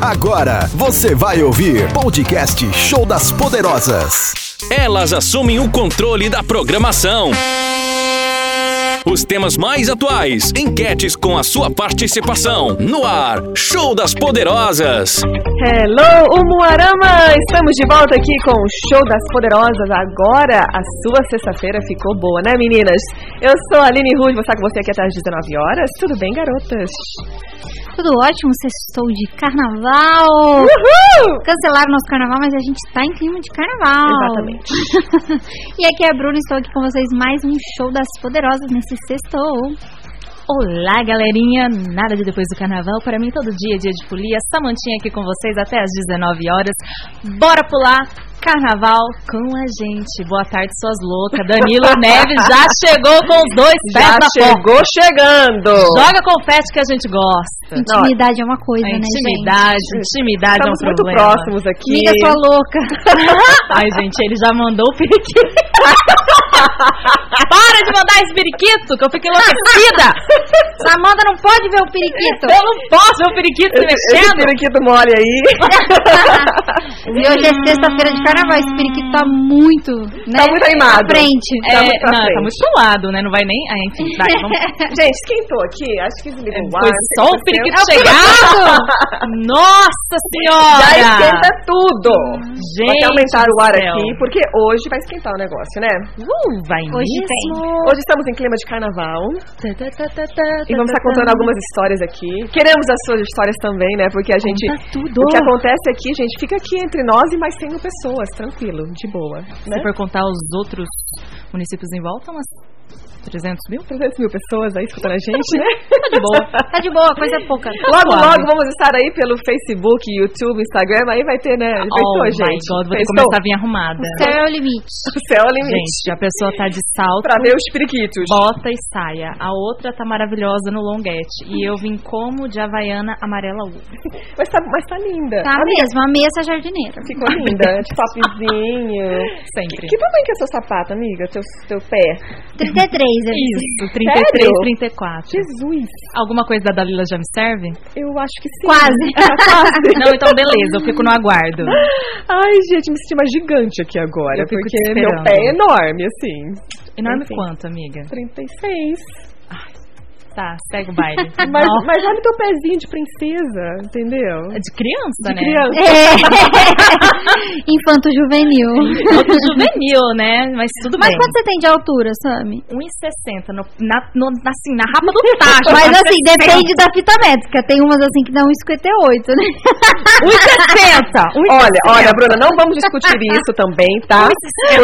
Agora você vai ouvir podcast Show das Poderosas. Elas assumem o controle da programação. Os temas mais atuais, enquetes com a sua participação. No ar, Show das Poderosas. Hello, Umuarama! Estamos de volta aqui com o Show das Poderosas. Agora a sua sexta-feira ficou boa, né, meninas? Eu sou a Aline Rude, vou estar com você aqui até às 19 horas. Tudo bem, garotas? Tudo ótimo, sextou de carnaval. Uhul! Cancelaram nosso carnaval, mas a gente tá em clima de carnaval. Exatamente. e aqui é a Bruna, estou aqui com vocês mais um show das poderosas nesse sextou. Olá, galerinha! Nada de depois do carnaval, para mim todo dia é dia de folia. Samantinha aqui com vocês até às 19 horas. Bora pular carnaval com a gente. Boa tarde, suas loucas. Danilo Neves já chegou com os dois pés Já na porta. chegou chegando! Joga confete que a gente gosta. Intimidade é uma coisa, A né, intimidade, intimidade Estamos é um muito problema. próximos aqui. gente? Liga sua louca. Ai, gente, ele já mandou o periquito. Para de mandar esse periquito, que eu fico enlouquecida. Samanta não pode ver o periquito. Eu não posso ver o periquito se Esse, esse mexendo. periquito mole aí. e hoje é sexta-feira de carnaval, esse periquito tá muito, né? Tá muito animado. Pra frente. É, tá muito pra não, frente. tá muito suado, né? Não vai nem. Ah, enfim, vai, vamos. Gente, esquentou aqui. Acho que desligou o ar. Foi não sei É só o que o periquito aconteceu. chegar. Nossa senhora! Já esquenta tudo. Vou até Gente aumentar o ar do céu. aqui, porque hoje vai esquentar o negócio, né? Uh, vai Hoje nisso. tem. Hoje estamos em clima de carnaval. Tá, tá, tá, tá, tá, E vamos tá, estar contando tá. algumas histórias aqui. Queremos as suas histórias também, né? Porque a gente. Conta tudo. O que acontece aqui, gente, fica aqui entre nós e mais 100 pessoas, tranquilo, de boa. Né? Se for contar os outros municípios em volta, umas 300 mil? 300 mil pessoas aí escutando a gente, né? De boa. Tá de boa, coisa pouca. Logo, Suave. logo vamos estar aí pelo Facebook, YouTube, Instagram, aí vai ter, né? Pensou, oh my gente? god, vou ter que Pensou? começar a vir arrumada. O céu é o limite. O céu é o limite. Gente, a pessoa tá de salto, Pra ver os periquitos. bota e saia. A outra tá maravilhosa no longuete. E eu vim como de Havaiana amarela U. Mas tá, mas tá linda. Tá mesmo, amei essa jardineira. Ficou linda, de papizinho. Sempre. Que tamanho que é seu sapato, amiga? Teu, teu pé? 33, eu disse. Isso, 33, 34. é Jesus, Alguma coisa da Dalila já me serve? eu acho que sim. Quase. Não, então beleza, eu fico no aguardo. Ai, gente, me senti uma gigante aqui agora, Eu fico porque te meu esperando. pé é enorme, assim. Enorme Enfim. quanto, amiga? 36. Tá, segue o baile. Mas, Nossa, mas olha o teu pezinho de princesa, entendeu? é de De criança, né? criança. É. Infanto juvenil. É Outro juvenil, né? Mas tudo Mas bem. quanto é? você tem de altura, Sami? 1,60 no, na, no, assim, na rapa do tacho. Mas assim, 1,60. depende da fita métrica. Tem umas assim que dá 1,58, né? 1,60. Olha, olha, Bruna, não vamos discutir isso também, tá?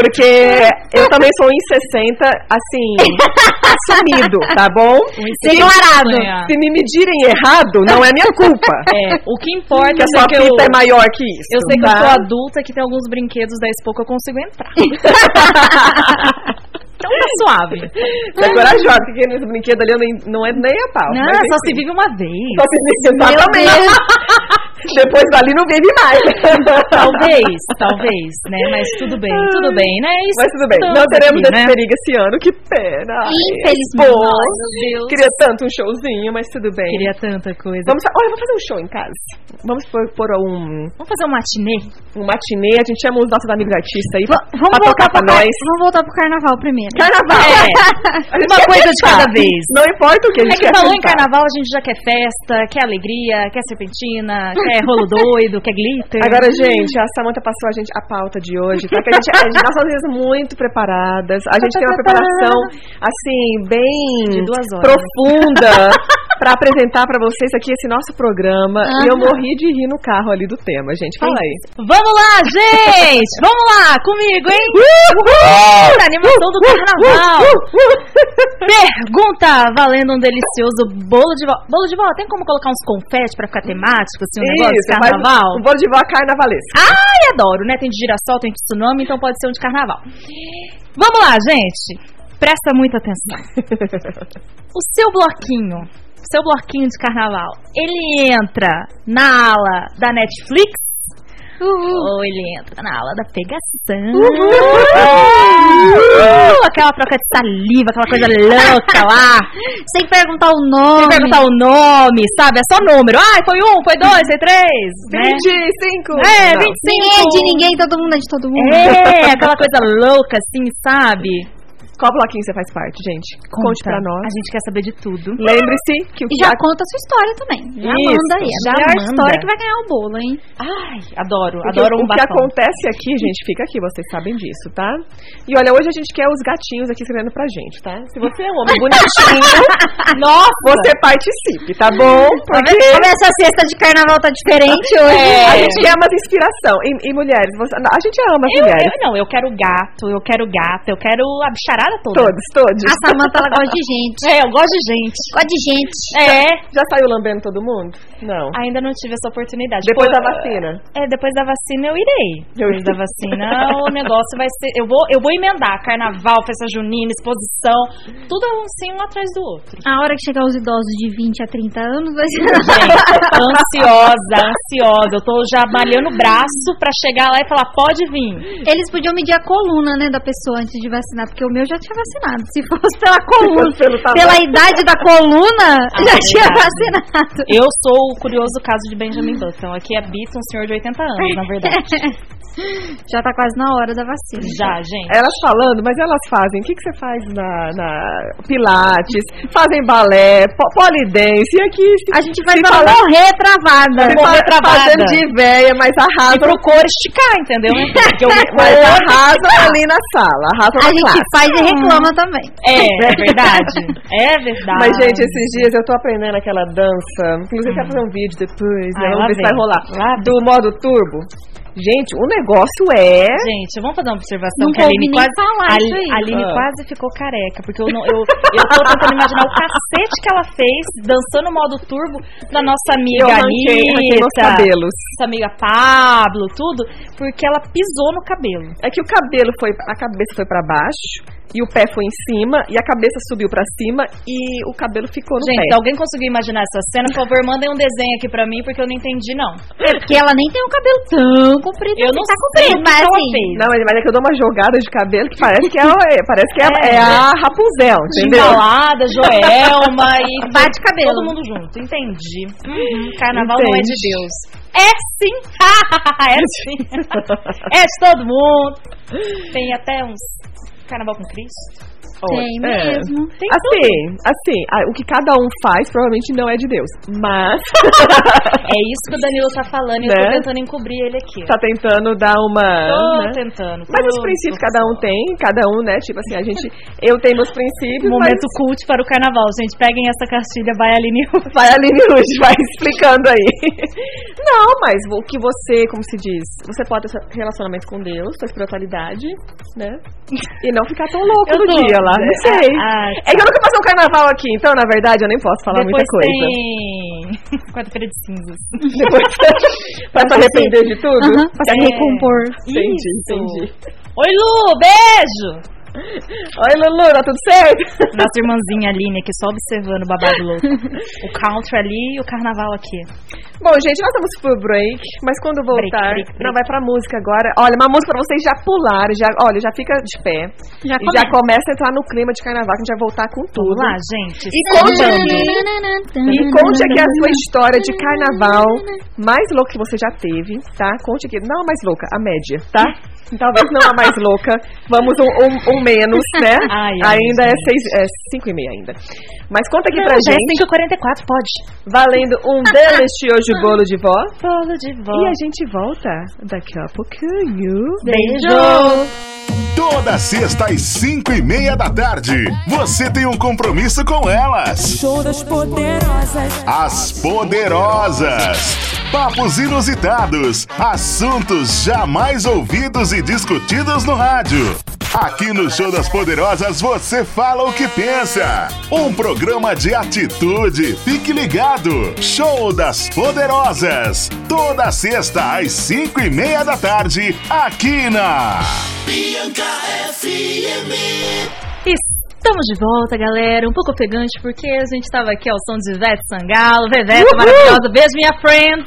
Porque eu também sou em 60, assim, assumido, tá bom? Um é- Declarado. Se me medirem errado, não é minha culpa. É, o que importa Porque a sua é que eu, fita é maior que isso. eu sei que eu tá? sou adulta, que tem alguns brinquedos da Expo que eu consigo entrar. então tá suave. Você é corajosa, porque nesse brinquedo ali eu nem- não é nem a pau. Não, mas só enfim. se vive uma vez. Só se vive, exatamente. Depois dali não vive mais. Talvez, talvez, né? Mas tudo bem, tudo bem, né? Isso né? Mas tudo bem, não estamos teremos aqui, esse perigo esse ano, que pena. Ai, Infelizmente. Expo. Ai, Deus. Queria tanto um showzinho, mas tudo bem. Queria tanta coisa. Vamos, fa- olha, vamos fazer um show em casa. Vamos pôr, pôr um, Vamos fazer um matinê? um matinê, a gente chama os nossos amigos artistas aí pra, Va- Vamos pra voltar tocar pra pro car- nós. Vamos voltar pro carnaval primeiro. Carnaval! É. A gente Uma quer coisa de festar. cada vez. Não importa o que a É gente que quer falou em festar. carnaval, a gente já quer festa, quer alegria, quer serpentina, quer rolo doido, quer glitter. Agora, gente, a Samanta passou a gente a pauta de hoje. Tá? Que a gente, a gente- nós somos muito preparadas. A gente tem uma preparação, assim, bem De duas horas. profunda pra apresentar pra vocês aqui esse nosso programa. E eu Aham. morri de rir no carro ali do tema, gente. Fala aí. Vamos lá, gente! Vamos lá, comigo, hein? Uhul! Na animação do carnaval! Uh, Uhul! Pergunta valendo um delicioso bolo de vó. Bolo de vó, tem como colocar uns confetes pra ficar temático, assim, um negócio Isso, de faz carnaval? Um bolo de vó carnavalesco. Ai, adoro, né? Tem de girassol, tem de tsunami, então pode ser um de carnaval. Vamos lá, gente. Presta muita atenção. O seu bloquinho, o seu bloquinho de carnaval, ele entra na ala da Netflix Uhul. Ou ele entra na aula da pegação. Uh, aquela troca de saliva, aquela coisa louca lá. Sem perguntar o nome. Sem perguntar o nome, sabe? É só número. Ai, foi um, foi dois, foi três. Né? 25! É, Não. 25. Ninguém é de ninguém, todo mundo é de todo mundo. É, aquela coisa louca, assim, sabe? Qual bloquinho você faz parte, gente? Conte Conta. pra nós. A gente quer saber de tudo. Lembre-se que o E que já a- conta a sua história também. Já Isso, manda aí. É já a melhor manda. história que vai ganhar o bolo, hein? Ai, adoro, Porque o adoro um que batom. acontece aqui, gente, fica aqui, vocês sabem disso, tá? E olha, hoje a gente quer os gatinhos aqui escrevendo pra gente, tá? Se você é um homem bonitinho, Ah, Nossa! você é participe, tá bom? Hum, Porque Como essa sexta de carnaval tá diferente hoje. É. a gente quer umas inspiração. E, e mulheres, você- a gente ama as Eu, eu, mulheres. não, eu quero gato, eu quero gata, eu quero a bicharada toda. Todos, todos. A Samanta, ela gosta de gente. É, eu gosto de gente. Gosta de gente. É, Já saiu lambendo todo mundo? Não. ainda não tive essa oportunidade. Depois Pô, da vacina. É, depois da vacina eu irei. Eu Depois da vacina o negócio vai ser. Eu vou, eu vou emendar carnaval, festa junina, exposição, tudo assim um atrás do outro. A hora que chegar os idosos de 20 a 30 anos, vai ser... Gente, ansiosa, ansiosa. Eu tô já malhando o braço pra chegar lá e falar: pode vir. Eles podiam medir a coluna, né, da pessoa antes de vacinar, porque o meu já tinha vacinado. Se fosse pela coluna, fosse pelo tamanho. pela idade da coluna, Ah, já tinha verdade. vacinado. Eu sou o curioso caso de Benjamin Button. Aqui é Bissa, um senhor de 80 anos, na verdade. Já tá quase na hora da vacina. Já, gente. Elas falando, mas elas fazem. O que, que você faz na, na Pilates? Fazem balé, po polidense. E aqui se- A gente se vai pra falar- morrer travada. se fa- morrer travada. fazendo de véia, mas E arrasam. procura esticar, entendeu? né? Porque eu me Mas cor- arrasam ali na sala, arrasam A na gente classe. faz e reclama também. É, é verdade. É verdade. Mas, gente, esses dias eu tô aprendendo aquela dança. Inclusive, quero fazer um vídeo depois, né? Ai, Hum. Ah, lá Vamos ver se vai vem. rolar. Lá vem. Do modo turbo. Gente, o negócio é. Gente, vamos fazer uma observação Nunca que a ouvi Aline nem quase. falar a isso aí. a Aline Ah. quase ficou careca, porque eu, não, eu, eu tô tentando imaginar o cacete que ela fez dançando o modo turbo da nossa amiga Eu arranquei, arranquei meus Anitta, cabelos. Nossa amiga tá Pablo, tudo, porque ela pisou no cabelo. É que o cabelo foi. A cabeça foi pra baixo, e o pé foi em cima, e a cabeça subiu pra cima, e o cabelo ficou no Gente, então, se pé. alguém conseguiu imaginar essa cena, por favor, mandem um desenho aqui pra mim, porque eu não entendi, não. É porque ela nem tem um cabelo tão comprido. Eu assim, não tá sei comprido, o que mas ela assim, fez. Não, mas mas é que eu dou uma jogada de cabelo que parece que é, é- parece que é, é a Rapunzel, entendeu? Embalada, Joelma e. Bate cabelo. Todo mundo junto, entendi. Carnaval não é Uhum. de Entendi. Deus. É sim! é sim! é de todo mundo! Tem até uns. Carnaval com Cristo. tem É. mesmo. Tem Assim, assim, a- o que cada um faz provavelmente não é de Deus. Mas É isso que o Danilo tá falando e eu tô Né? tentando encobrir ele aqui. tá tentando dar Tô uma. né? tentando. Mas tô- os princípios cada um tem, cada um, né? Tipo assim, a gente. Eu tenho meus princípios, Momento cult para o carnaval, gente. Peguem essa cartilha, vai Aline. mas vai ali Luz, vai explicando aí. Não, mas o que você, como se diz, você pode ter seu relacionamento com Deus, sua espiritualidade, né? E não ficar tão louco Eu no tô- dia lá. Não sei. Ah, É que eu nunca passei um carnaval aqui, então, na verdade, eu nem posso falar Depois muita coisa. tem. Quarta-feira de cinzas. Depois pra se arrepender de tudo. Aham, pra se É. recompor. Entendi, Isso. entendi. Oi, Lu, beijo! Oi, Lulu, tá tudo certo? Nossa irmãzinha Aline aqui só observando o babado louco. O country ali e o carnaval aqui. Bom, gente, nós vamos pro break, mas quando voltar, break, break. não vai pra música agora. Olha, uma música pra vocês já pularem, já, olha, já fica de pé. Já E já começa a entrar no clima de carnaval, que a gente vai voltar com tudo. Vamos lá, gente. E conte, E e Uhum. conte aqui a sua história de carnaval mais louca que você já teve, tá? Conte aqui, não a mais louca, a média, tá? Talvez não a mais louca, vamos um, um- um menos, né? Ai, ai, ainda é seis, é cinco e meia ainda. Mas conta aqui pra Já é gente, 5h44, pode. valendo um delicioso bolo de vó. Bolo de E a volta. gente volta daqui a pouquinho. Beijo! Toda sexta às cinco e meia da tarde, você tem um compromisso com elas. Show das poderosas. As Poderosas. Papos inusitados, assuntos jamais ouvidos e discutidos no rádio. Aqui no Show das Poderosas você fala o que pensa. Um programa de atitude. Fique ligado. Show das Poderosas. Toda sexta às cinco e meia da tarde aqui na. Estamos Estamos de volta, galera. Um pouco ofegante, porque a gente estava aqui ao som de Ivete Sangalo, Veveta maravilhosa. Beijo, minha friends.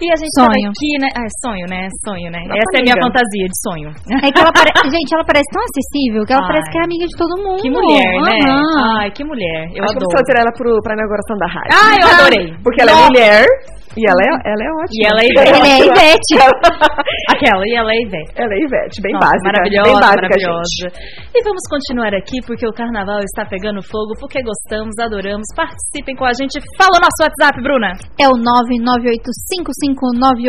e a gente estava Sonho. aqui, né? Ah, é sonho, né? Sonho, né? Nossa, Essa é a minha amiga. fantasia de sonho. É que ela parece. Gente, ela parece tão acessível que ela Ai. parece que é amiga de todo mundo. Que mulher, né? Aham. Ai, que mulher. Eu Acho que eu preciso adoro. tirar ela pro, pra inauguração da rádio. Ah, eu adorei. Porque ela é mulher e ela é, ela é ótima. E ela é Ela é Ivete. Ivete. Aquela, e ela é Ivete. Ela é Ivete, bem Nossa, básica. Maravilhosa, bem básica, maravilhosa. gente. E vamos continuar aqui porque o carnaval está pegando fogo, porque gostamos, adoramos. Participem com a gente. Fala o nosso WhatsApp, Bruna. É o 998559866.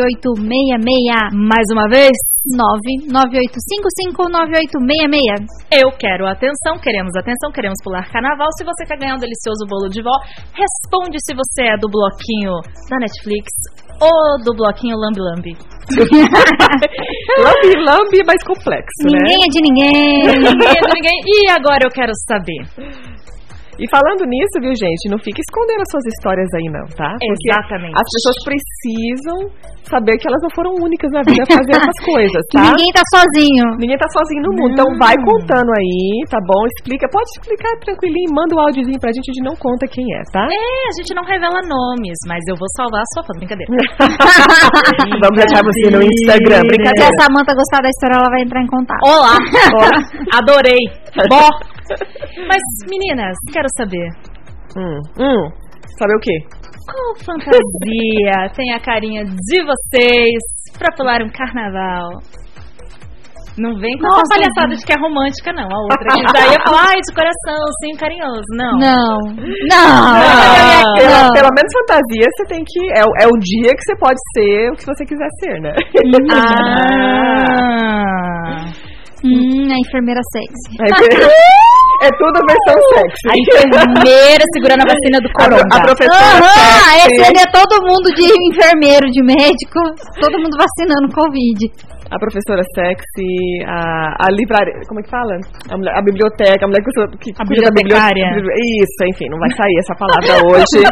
Mais uma vez, 998559866. eu quero atenção, queremos atenção, queremos pular carnaval. Se você quer ganhar um delicioso bolo de vó, responde se você é do bloquinho da Netflix ou do bloquinho Lambi Lambi. Lambi, lambi é mais complexo, né? Ninguém é de ninguém. Ninguém é de ninguém. E agora eu quero saber. E falando nisso, viu, gente, não fica escondendo as suas histórias aí, não, tá? Porque Exatamente. As pessoas precisam saber que elas não foram únicas na vida a fazer essas coisas, Que tá? ninguém tá sozinho. Ninguém tá sozinho no mundo, então vai contando aí, tá bom? Explica, pode explicar tranquilinho, manda o áudiozinho pra gente, a gente não conta quem é, tá? É, a gente não revela nomes, mas eu vou salvar a sua foto. Brincadeira. Vamos deixar você no Instagram, Se brincadeira. a Samanta gostar da história, ela vai entrar em contato. Olá! Adorei! Bó! Mas, meninas, quero saber. Hum, hum. Sabe o quê? Qual Oh, fantasia tem a carinha de vocês pra pular um carnaval? Não vem com essa Nossa, palhaçada de que é romântica, não. A outra que daí ia falar, ai, de coração, sim, carinhoso. Não. Não. Não. Pelo- Pelo, é menos fantasia, você tem que. É, o- é o dia que você pode ser o que você quiser ser, né? Ah. Ah. Hum, a enfermeira sexy. É, que- é tudo versão sexy. A enfermeira segurando a vacina do A pro- coronga. a professora Aham, sexy. esse ali é todo mundo de enfermeiro, de médico, todo mundo vacinando Covid. A professora sexy, a, a livraria. Como é que fala? A, mulher- a biblioteca, a mulher que, cuida- que A cuida da bibliotecária. biblioteca. Isso, enfim, não vai sair essa palavra hoje.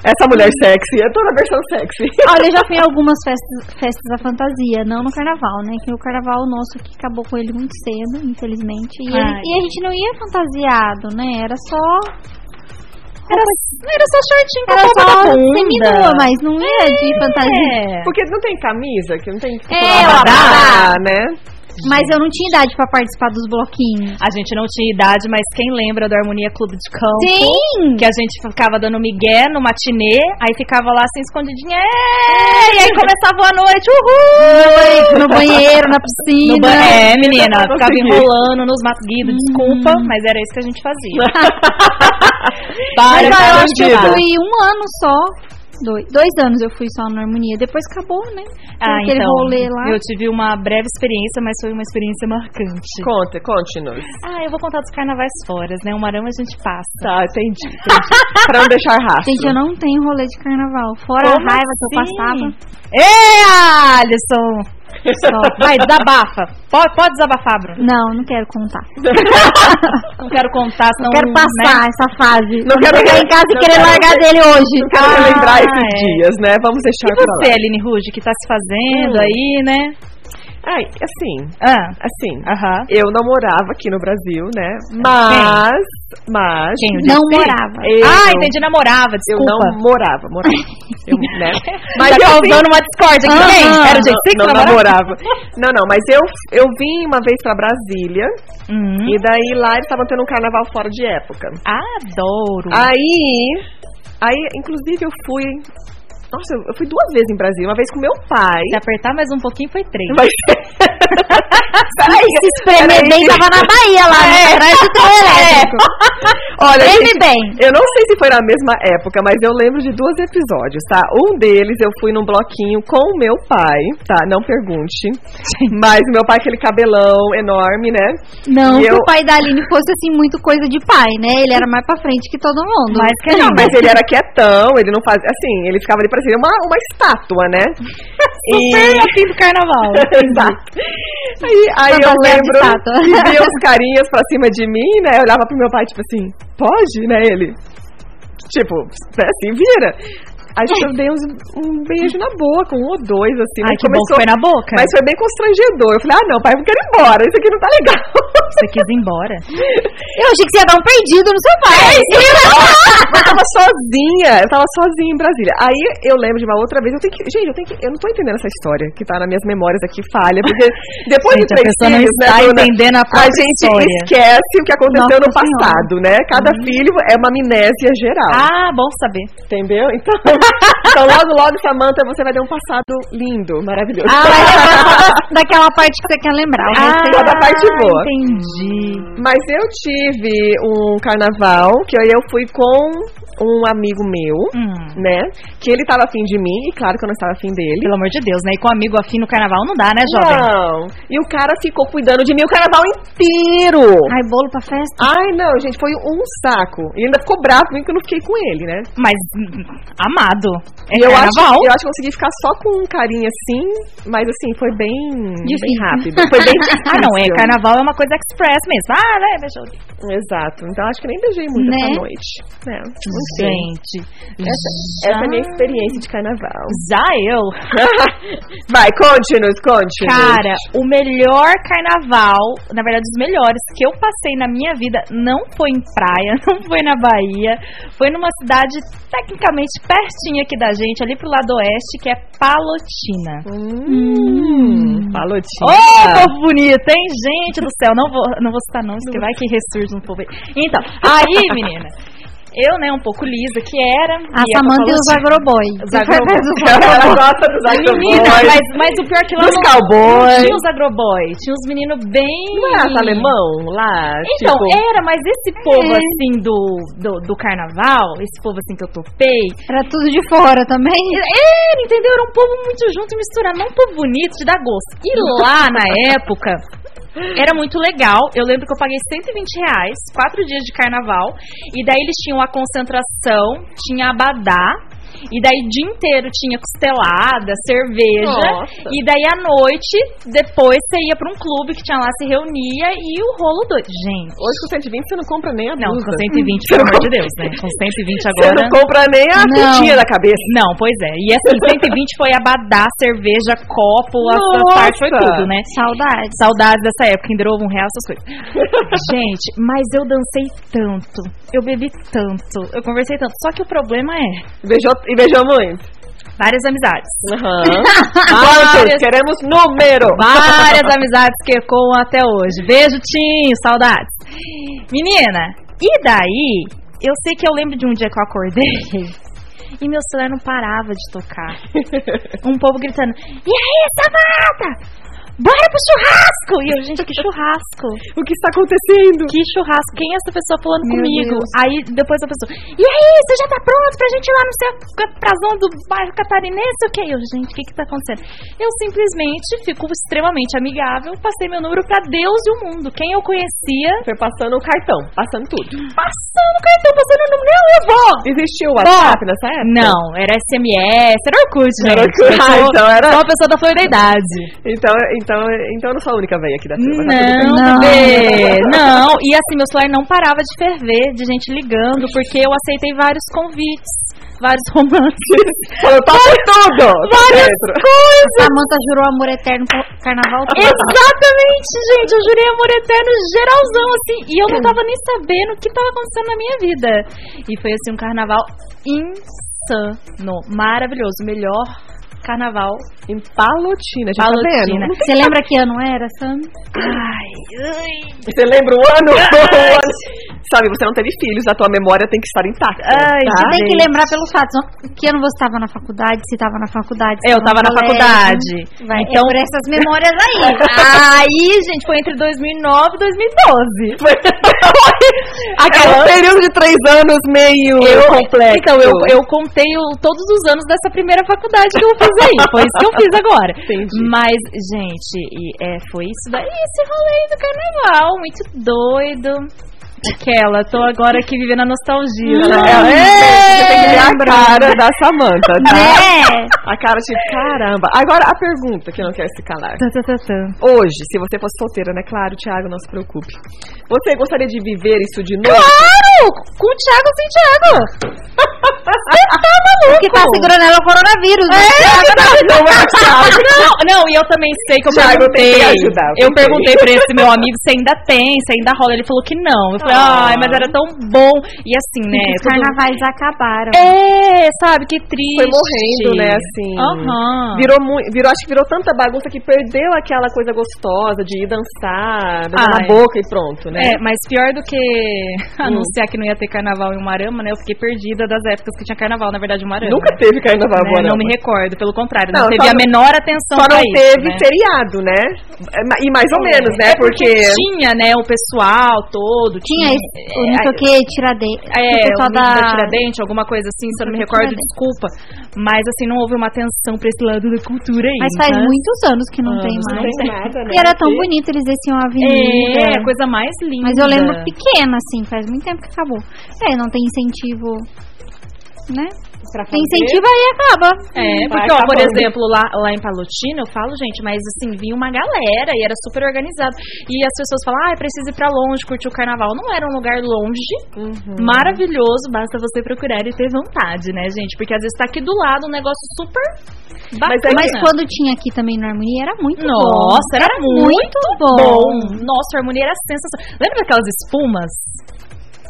essa mulher sexy, é toda versão sexy. Olha, eu já fui em algumas festas, festas da fantasia, não no carnaval, né? Que o carnaval nosso que acabou com ele muito cedo, infelizmente. E, ele- Ai. e a gente não ia fantasiado, né? Era só. Era, era só shortinho com era roupa só da bunda. seminua, mas não ia de fantasia. É. Porque não tem camisa, que não tem. É, o abadá, né? Mas eu não tinha idade pra participar dos bloquinhos. A gente não tinha idade, mas quem lembra do Harmonia Clube de Campo? Sim! Que a gente ficava dando migué no matinê, aí ficava lá assim escondidinha, "É!" e aí começava a noite, uhul! No banheiro, na piscina. No ba- é, menina, Eu não ficava consegui. enrolando nos masguidos, desculpa, mas era isso que a gente fazia. Mas Para, então. ó, eu acho que eu bandida. fui um ano só. Dois, dois anos eu fui só na harmonia. Depois acabou, né? Ah, Aquele então, rolê lá. eu tive uma breve experiência, mas foi uma experiência marcante. Conta, conte-nos. Ah, eu vou contar dos carnavais fora, né? O Marão a gente passa. Tá, entendi. entendi. pra não deixar rastro. Gente, eu não tenho rolê de carnaval. Fora a Como raiva que eu assim? passava. Ê, Alisson! Vai, desabafa. Pode, pode desabafar, Bruno. Não, não quero contar. Não quero contar, senão... Não né? quero passar essa fase. Não quero chegar em casa e não querer quero- largar dele hoje. Não quero Ah, relembrar esses é. dias, né? Vamos deixar E pra lá. você, Aline Ruge, que tá se fazendo Hum. aí, né? Ai, assim, Ah, assim. aham. Eu não morava aqui no Brasil, né? Mas. Mas. Quem? Não Sim. morava. Eu, Ah, entendi, namorava, Eu desculpa. não morava, morava. Eu, né? eu Mas tá vim- usando uma discórdia aqui também. Aham. Era o jeito que você não, não namorava. namorava? Não, não, mas eu, eu vim uma vez pra Brasília Hum. e daí lá eles estavam tendo um carnaval fora de época. Adoro. Ah. Aí, aí, inclusive eu fui. Nossa, eu- eu fui duas vezes em Brasília, uma vez com meu pai. Se apertar mais um pouquinho, foi três. Mas... Peraí, Se espremer peraí. bem, tava na Bahia lá, né? atrás do teu elétrico. Olha, Espreme gente, bem. eu não sei se foi na mesma época, mas eu lembro de dois episódios, tá? Um deles eu fui num bloquinho com o meu pai, tá? Não pergunte. Mas o meu pai, aquele cabelão enorme, né? Não E que eu- o pai da Aline fosse assim muito coisa de pai, né? Ele era mais pra frente que todo mundo. Mas que Não, lindo. mas ele era quietão, ele não fazia. Assim, ele ficava ali parecendo uma, uma estátua, né? é Super afim assim do carnaval. Exato. Aí, aí eu Fantasia de lembro estátua. que via os carinhas pra cima de mim, né? Eu olhava pro meu pai, tipo assim, pode, né? Ele, tipo, né, se "É assim, vira. Acho que eu dei uns- um beijo na boca, um ou dois, assim. mas Ai, que bom que foi na boca. Mas foi bem constrangedor. Eu falei, ah, não, pai, eu quero ir embora. Isso aqui não tá legal. Você quis ir embora. É, Eu achei que você ia dar um perdido no seu pai. Mas eu tava sozinha, eu tava sozinha em Brasília. Aí eu lembro de uma outra vez, eu tenho que. Gente, eu tenho que. Eu não tô entendendo essa história que tá nas minhas memórias aqui, falha. Porque depois de Gente, a três pessoa não filhos, está né, Bruna, entendendo a própria gente história. esquece o que aconteceu Nossa no Uhum. passado, né? Cada filho é uma amnésia geral. Ah, bom saber. Entendeu? Então, então logo, logo, Samanta, você vai ter um passado lindo, maravilhoso. Ah, vai lembrar só daquela parte que você quer lembrar. o resto só é- da parte boa. Ah, Entendi. Mas eu tive um carnaval que aí eu fui com um amigo meu, Hum. né? Que ele tava afim de mim, e claro que eu não estava afim dele. Pelo amor de Deus, né? E com amigo afim no carnaval não dá, né, jovem? Não. E o cara ficou cuidando de mim o carnaval inteiro. Ai, bolo pra festa? Ah. Ai, não, gente, foi um saco. E ainda ficou bravo comigo que eu não fiquei com ele, né? Mas, hum, amado, é E eu acho, carnaval. eu acho que eu consegui ficar só com um carinha assim, mas assim, foi bem, bem Difícil. rápido. Foi bem Ah, não, é. difícil. Carnaval é uma coisa express mesmo. Ah, né, beijou. Exato. Então acho que nem beijei muito Né? essa noite. É, enfim. Gente, Essa, essa é a minha experiência de carnaval. já eu Vai, conte-nos, conte-nos. Cara, o melhor carnaval, na verdade, os melhores que eu passei na minha vida não foi em praia, não foi na Bahia, foi numa cidade tecnicamente pertinho aqui da gente, ali pro lado oeste, que é Palotina. Uhum. Hum, Ô, palotinha. Ah. povo bonito, hein? Gente do céu, não vou, não vou citar nomes, que vai que ressurge um povo aí. Então, aí, menina, eu, né, um pouco lisa que era. A ia pra Samanta e os Palotina. agroboi. assim, Os Você foi agroboy. atrás dos Ela agroboy. gosta dos Menina, agroboys. mas, mas o pior é que lá Dos não, cowboys. não tinha os agroboy, tinha uns meninos bem... Não é essa alemão lá? Então, tipo, era, mas esse povo É. assim do, do, do carnaval, esse povo assim que eu topei, Era tudo de fora também. era, entendeu? Era um povo muito junto e misturado, não um povo bonito de dar gosto. E lá na época. Era muito legal. Eu lembro que eu paguei 120 reais, quatro dias de carnaval. E daí eles tinham a concentração, tinha abadá. E daí o dia inteiro tinha costelada, cerveja. Nossa. E daí à noite, depois você ia pra um clube que tinha lá, se reunia e o rolo doido. Gente. Hoje com 120 você não compra nem a Não, blusa. com 120, pelo amor de Deus, né? Com 120 Você agora. não compra nem a Não. pintinha Ah, da cabeça. Não, pois é. E essa de 120 foi abadá, cerveja, copo, essa Nossa! parte foi tudo, né? Saudades. Saudades dessa época, em um real, essas coisas. Gente, mas eu dancei tanto, eu bebi tanto, eu conversei tanto. Só que o problema é Beijou, e beijou muito. várias amizades. Aham. Quantos? Várias- Queremos número. Várias amizades que ecoam até hoje. Beijo, Tim, saudades. Menina, e daí? Eu sei que eu lembro de um dia que eu acordei e meu celular não parava de tocar. Um povo gritando: E aí, Samata? Bora pro churrasco! E eu, gente, que churrasco? o que está acontecendo? Que churrasco? Quem é essa pessoa falando Meu comigo? Deus. Aí depois a pessoa, e aí, você já tá pronto pra gente ir lá no seu pra zona do bairro catarinense? O que? Eu, gente, o que que tá acontecendo? Eu simplesmente fico extremamente amigável, passei meu número pra Deus e o mundo. Quem eu conhecia, Foi passando o cartão, passando tudo. passando cartão, passando o número. Não, eu vou! Existiu o WhatsApp nessa época? Não, era SMS, era Orkut, gente. Era Orkut. Eu sou- Ah, então era- sou uma pessoa da flor da idade. Então, então, então eu não sou a única velha aqui da turma. tá tudo bem. Não, Não. bebê, não. E assim, meu celular não parava de ferver, de gente ligando, porque eu aceitei vários convites, vários romances, Falou, topa tudo! Tô várias dentro. coisas. Samanta jurou amor eterno pro carnaval. todo. Exatamente, gente. Eu jurei amor eterno geralzão, assim. E eu não tava nem sabendo o que tava acontecendo na minha vida. E foi, assim, um carnaval insano, maravilhoso. o Melhor carnaval. Em Palotina, já tá Palotina. vendo? Ah. Você lembra que ano era, Sam? Ai, ai. Você lembra o ano? O ano. Sabe, você não teve filhos, a tua memória tem que estar intacta. Ai, tá? Você tem que lembrar pelos fatos. não- Que ano você estava na faculdade? Se estava na faculdade? se Eu tava na no colégio. faculdade. Vai, Então- é Ah, por essas memórias aí. Aí, gente, foi entre 2009 e 2012. Foi. É um Aquela período de três anos meio eu, é complexo. Então, eu, eu contei o- todos os anos dessa primeira faculdade que eu fiz aí. Foi isso que eu fiz agora. Entendi. Mas, gente, e, é, foi isso daí. Esse rolê aí do carnaval, muito doido. Aquela, tô agora aqui vivendo a nostalgia. Ela- é, você tem que ver a cara da Samanta, tá? É. A cara tipo, caramba. Agora, a pergunta que não quer se calar. Tã, tã, tã, tã. Hoje, se você fosse solteira, né? Claro, Thiago, não se preocupe. Você gostaria de viver isso de novo? Claro! Com o Thiago, sem Thiago! O que tá segurando ela é o coronavírus. né? Não, não, Não, não, e eu também sei que eu Thiago, perguntei. tem que ajudar, eu tem que- perguntei pra esse meu amigo se ainda tem, se ainda rola. Ele falou que não. Eu falei, Ah. ai, mas era tão bom. E assim, né? Os tudo- carnavais acabaram. É, sabe, que triste. Foi morrendo, né, assim. Aham. Virou, mui- virou, acho que virou tanta bagunça que perdeu aquela coisa gostosa de ir dançar, beijar na Ai. boca e pronto, né? Ah, É, mas pior do que anunciar que não ia ter carnaval em Umarama, né? Eu fiquei perdida das épocas que tinha carnaval, na verdade, em Umarama. Nunca teve carnaval né? boa, Não me recordo, pelo contrário, não, Não, teve só a não- menor atenção Só não pra isso, teve né? feriado, né? E mais ou menos, né? É porque, tinha, né, o pessoal todo. Tinha esse, o é, Nico que tirade... É, o pessoal o da... da da... Tiradentes, alguma coisa assim, se eu não me recordo, Tiradentes. desculpa. Mas assim, não houve uma atenção pra esse lado da cultura aí. Mas faz né? muitos anos que não Anos, tem não mais. tem nada, né? E era tão bonito, eles desciam a avenida. É, a coisa mais linda. Mas eu lembro pequena, assim, faz muito tempo que acabou. É, não tem incentivo, né? Tem incentivo aí acaba. Hum, É, porque, ó, por exemplo, lá, lá em Palotina, eu falo, gente, mas assim, vinha uma galera e era super organizado. E as pessoas falam, ah, precisa ir pra longe, curtir o carnaval. Não era um lugar longe, maravilhoso, basta você procurar e ter vontade, né, gente? Porque às vezes tá aqui do lado um negócio super bacana. Mas é quando tinha aqui também na harmonia, era muito bom. é. Nossa, era, muito, bom. bom. Nossa, a harmonia era sensacional. Lembra daquelas espumas?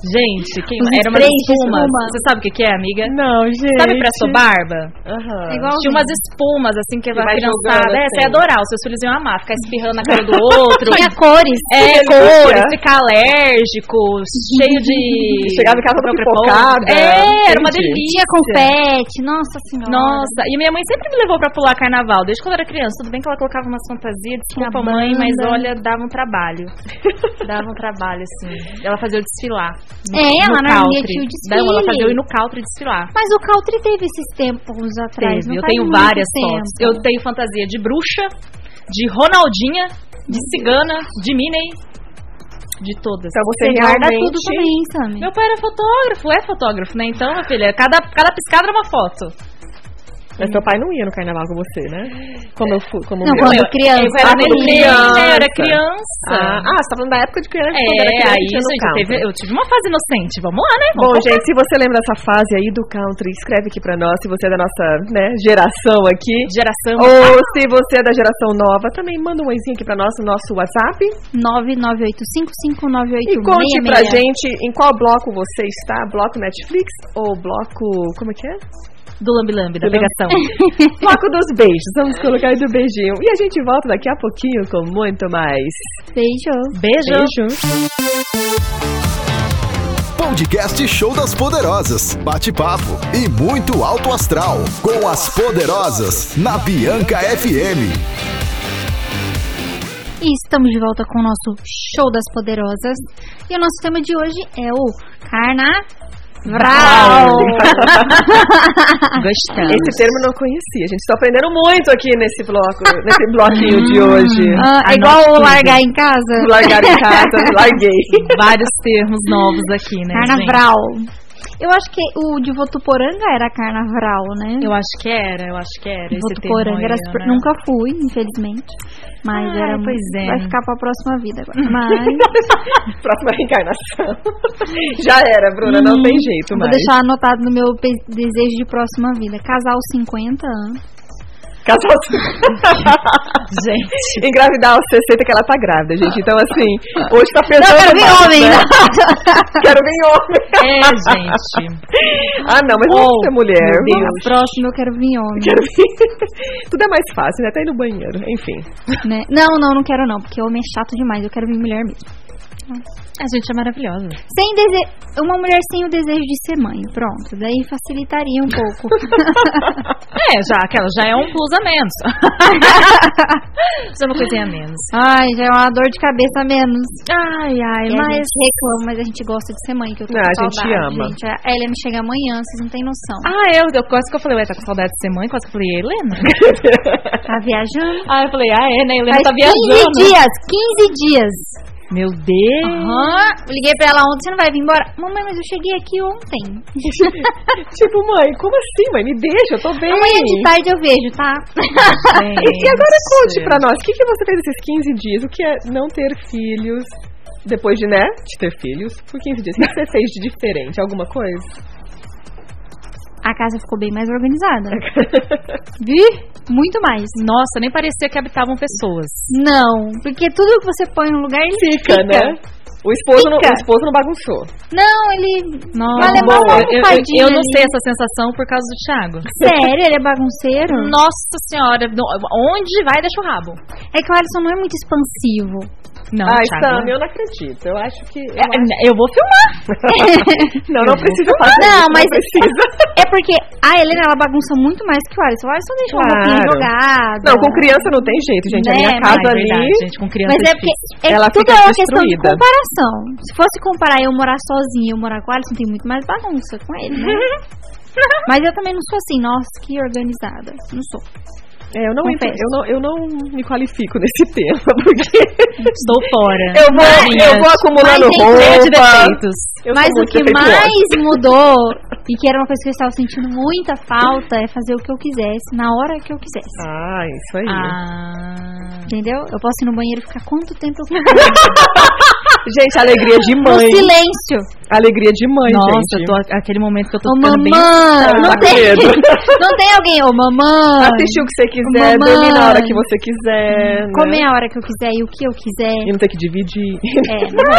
Gente, quem Os era uma sprays de espuma. espuma. Você sabe o que que é, amiga? Não, gente. Sabe pra sua barba? É igual Tinha umas espumas assim que, a vai criançada, jogando, é, você ia assim. adorar, os seus filhos iam amar, ficar espirrando na cara do outro. Tinha cores. É, delícia. cores, ficar alérgico, cheio de. Chegava em casa toda propofol. pipocada. É, era uma Entendi. delícia. Tinha confete, nossa senhora. Nossa, e minha mãe sempre me levou pra pular carnaval, desde quando eu era criança. Tudo bem que ela colocava umas fantasias, Tinha desculpa mãe, mas banda. olha, dava um trabalho. dava um trabalho, assim. Ela fazia eu desfilar. É, ela no na harmonia country. tinha o Daí Ela fazia eu ir desfile. no country desfilar. Mas o country teve esses tempos atrás, Teve, não eu faz tenho muito várias tempo. fotos. Eu tenho fantasia de bruxa, de Ronaldinha, de cigana, de Minnie, de todas. Então você Você guarda realmente... tudo pra mim, Sammy. Meu pai era fotógrafo, é fotógrafo, né? Então, minha filha, cada, cada piscada era uma foto. Mas seu pai não ia no carnaval com você, né? Como eu fui, como Não, eu. quando criança. Eu era Ah, quando neném, né? Eu criança. era criança. Ah, ah, você tá falando da época de criança. quando era é, criança, aí, ia no gente, country. teve- eu tive uma fase inocente. Vamos lá, né? Bom, Vamos gente, se você lembra dessa fase aí do country, escreve aqui pra nós. Se você é da nossa né, geração aqui. Geração. Ou se você é da geração nova, também manda um oizinho aqui pra nós no nosso WhatsApp. 998559866. E conte pra gente em qual bloco você está, bloco Netflix ou bloco. como é que é? Do Lambi Lambi, da pegação. Bloco dos beijos. Vamos colocar aí do beijinho. E a gente volta daqui a pouquinho com muito mais. Beijo. Beijo. Beijo. Podcast Show das Poderosas. Bate-papo e muito alto astral. Com as Poderosas, na Bianca FM. E estamos de volta com o nosso Show das Poderosas. E o nosso tema de hoje é o Carnaval. Gostamos. Esse termo eu não conhecia. A gente tá aprendendo muito aqui nesse bloco, nesse bloquinho de hoje. Ah, é Anote igual o tudo. largar em casa? Largar né, em casa, larguei. Vários termos novos aqui, né? gente? Carnaval. Eu acho que o de Votuporanga era carnaval, né? Eu acho que era, eu acho que era. Esse termo Votuporanga aí, era super- né? nunca fui, infelizmente. Mas Ah, era muito- pois é. vai ficar pra próxima vida agora. Mas Próxima reencarnação. Já era, Bruna, não tem jeito vou mais. deixar anotado no meu pe- desejo de próxima vida, casar aos 50 anos. Casal... Gente. Engravidar aos 60 que ela tá grávida, gente. Então, assim, hoje tá Não, pensando. eu quero vir mais, homem. né? Quero vir homem. É, gente. Ah, não, mas vamos ser mulher. Oh, Meu Deus. vamos. Próximo eu quero vir homem. Quero vir. Tudo é mais fácil, né? Até ir no banheiro. Enfim. né? Não, não, não quero não, porque homem é chato demais, eu quero vir mulher mesmo. A gente é maravilhosa. Sem dese... Uma mulher sem o desejo de ser mãe, pronto. Daí facilitaria um pouco. É, já, aquela já é um plus a menos. já é uma coisinha a menos. Ai, já é uma dor de cabeça a menos. Ai, ai, E a mas. gente reclama, mas a gente gosta de ser mãe, que eu tô Não, É, com Ah, a gente saudade, ama. gente. A Helena chega amanhã, vocês não têm noção. Ah, eu, eu quase que eu falei, ué, tá com saudade de ser mãe? Quase que eu falei, e a Helena? Tá viajando? ah, eu falei, ah, é, né? A Helena Faz tá 15 viajando. dias, 15 dias. Meu Deus. Aham. Liguei pra ela ontem, você não vai vir embora? Mamãe, mas eu cheguei aqui ontem. Tipo, mãe, como assim, mãe? Me deixa, eu tô bem. Amanhã é de tarde eu vejo, tá? E, e agora conte pra nós, o que, que você fez esses 15 dias? O que é não ter filhos? Depois de, né, de ter filhos, por 15 dias. O que você fez de diferente? Alguma coisa? a casa ficou bem mais organizada. Vi? Muito mais. Nossa, nem parecia que habitavam pessoas. Não, porque tudo que você põe no lugar ele Fica, né? O esposo, não, Fica. o esposo não bagunçou. Não, ele. Nossa, Vai levar uma eu, eu- almofadinha eu não ali. sei essa sensação por causa do Thiago. Sério, ele é bagunceiro? Nossa senhora, no- onde vai deixa o rabo? É que o Alisson não é muito expansivo. Não, Ai, tá, Thiago. Sam, eu não acredito. Eu acho que. eu É, Eu vou filmar. acho- Não, não precisa fazer. Não, isso, mas não precisa. é porque a Helena ela bagunça muito mais que o Alisson. O Alisson deixa uma Claro. roupinha jogada. Não, com criança não tem jeito, gente. A Né, minha mas casa é ali. verdade, gente, com criança Mas é é porque difícil. é, Ela tudo fica é uma questão de destruída. comparação. Se fosse comparar eu morar sozinha e eu morar com o Alisson, tem muito mais bagunça com ele, né? Mas eu também não sou assim, nossa, que organizada. Não sou. É, eu não, entro, Confesso. eu, não, eu não me qualifico nesse tema, porque Estou fora. eu vou, Marinha, eu vou acumulando mas tem cheia de roupa. defeitos. Eu Mas sou o muito que defeituosa. mais mudou, e que era uma coisa que eu estava sentindo muita falta, é fazer o que eu quisesse, na hora que eu quisesse. Ah, isso aí. Ah. Entendeu? Eu posso ir no banheiro e ficar quanto tempo eu quiser. Gente, alegria de No mãe. silêncio. Alegria de mãe, Nossa, gente. eu tô, aquele momento que eu tô Ô ficando mamãe, bem. não Tá com tem, medo. não tem alguém, ô mamãe, Assistir o que você quiser, Mamãe. dormir na hora que você quiser. né? comer a hora que eu quiser e o que eu quiser. E não ter que dividir. É, não é.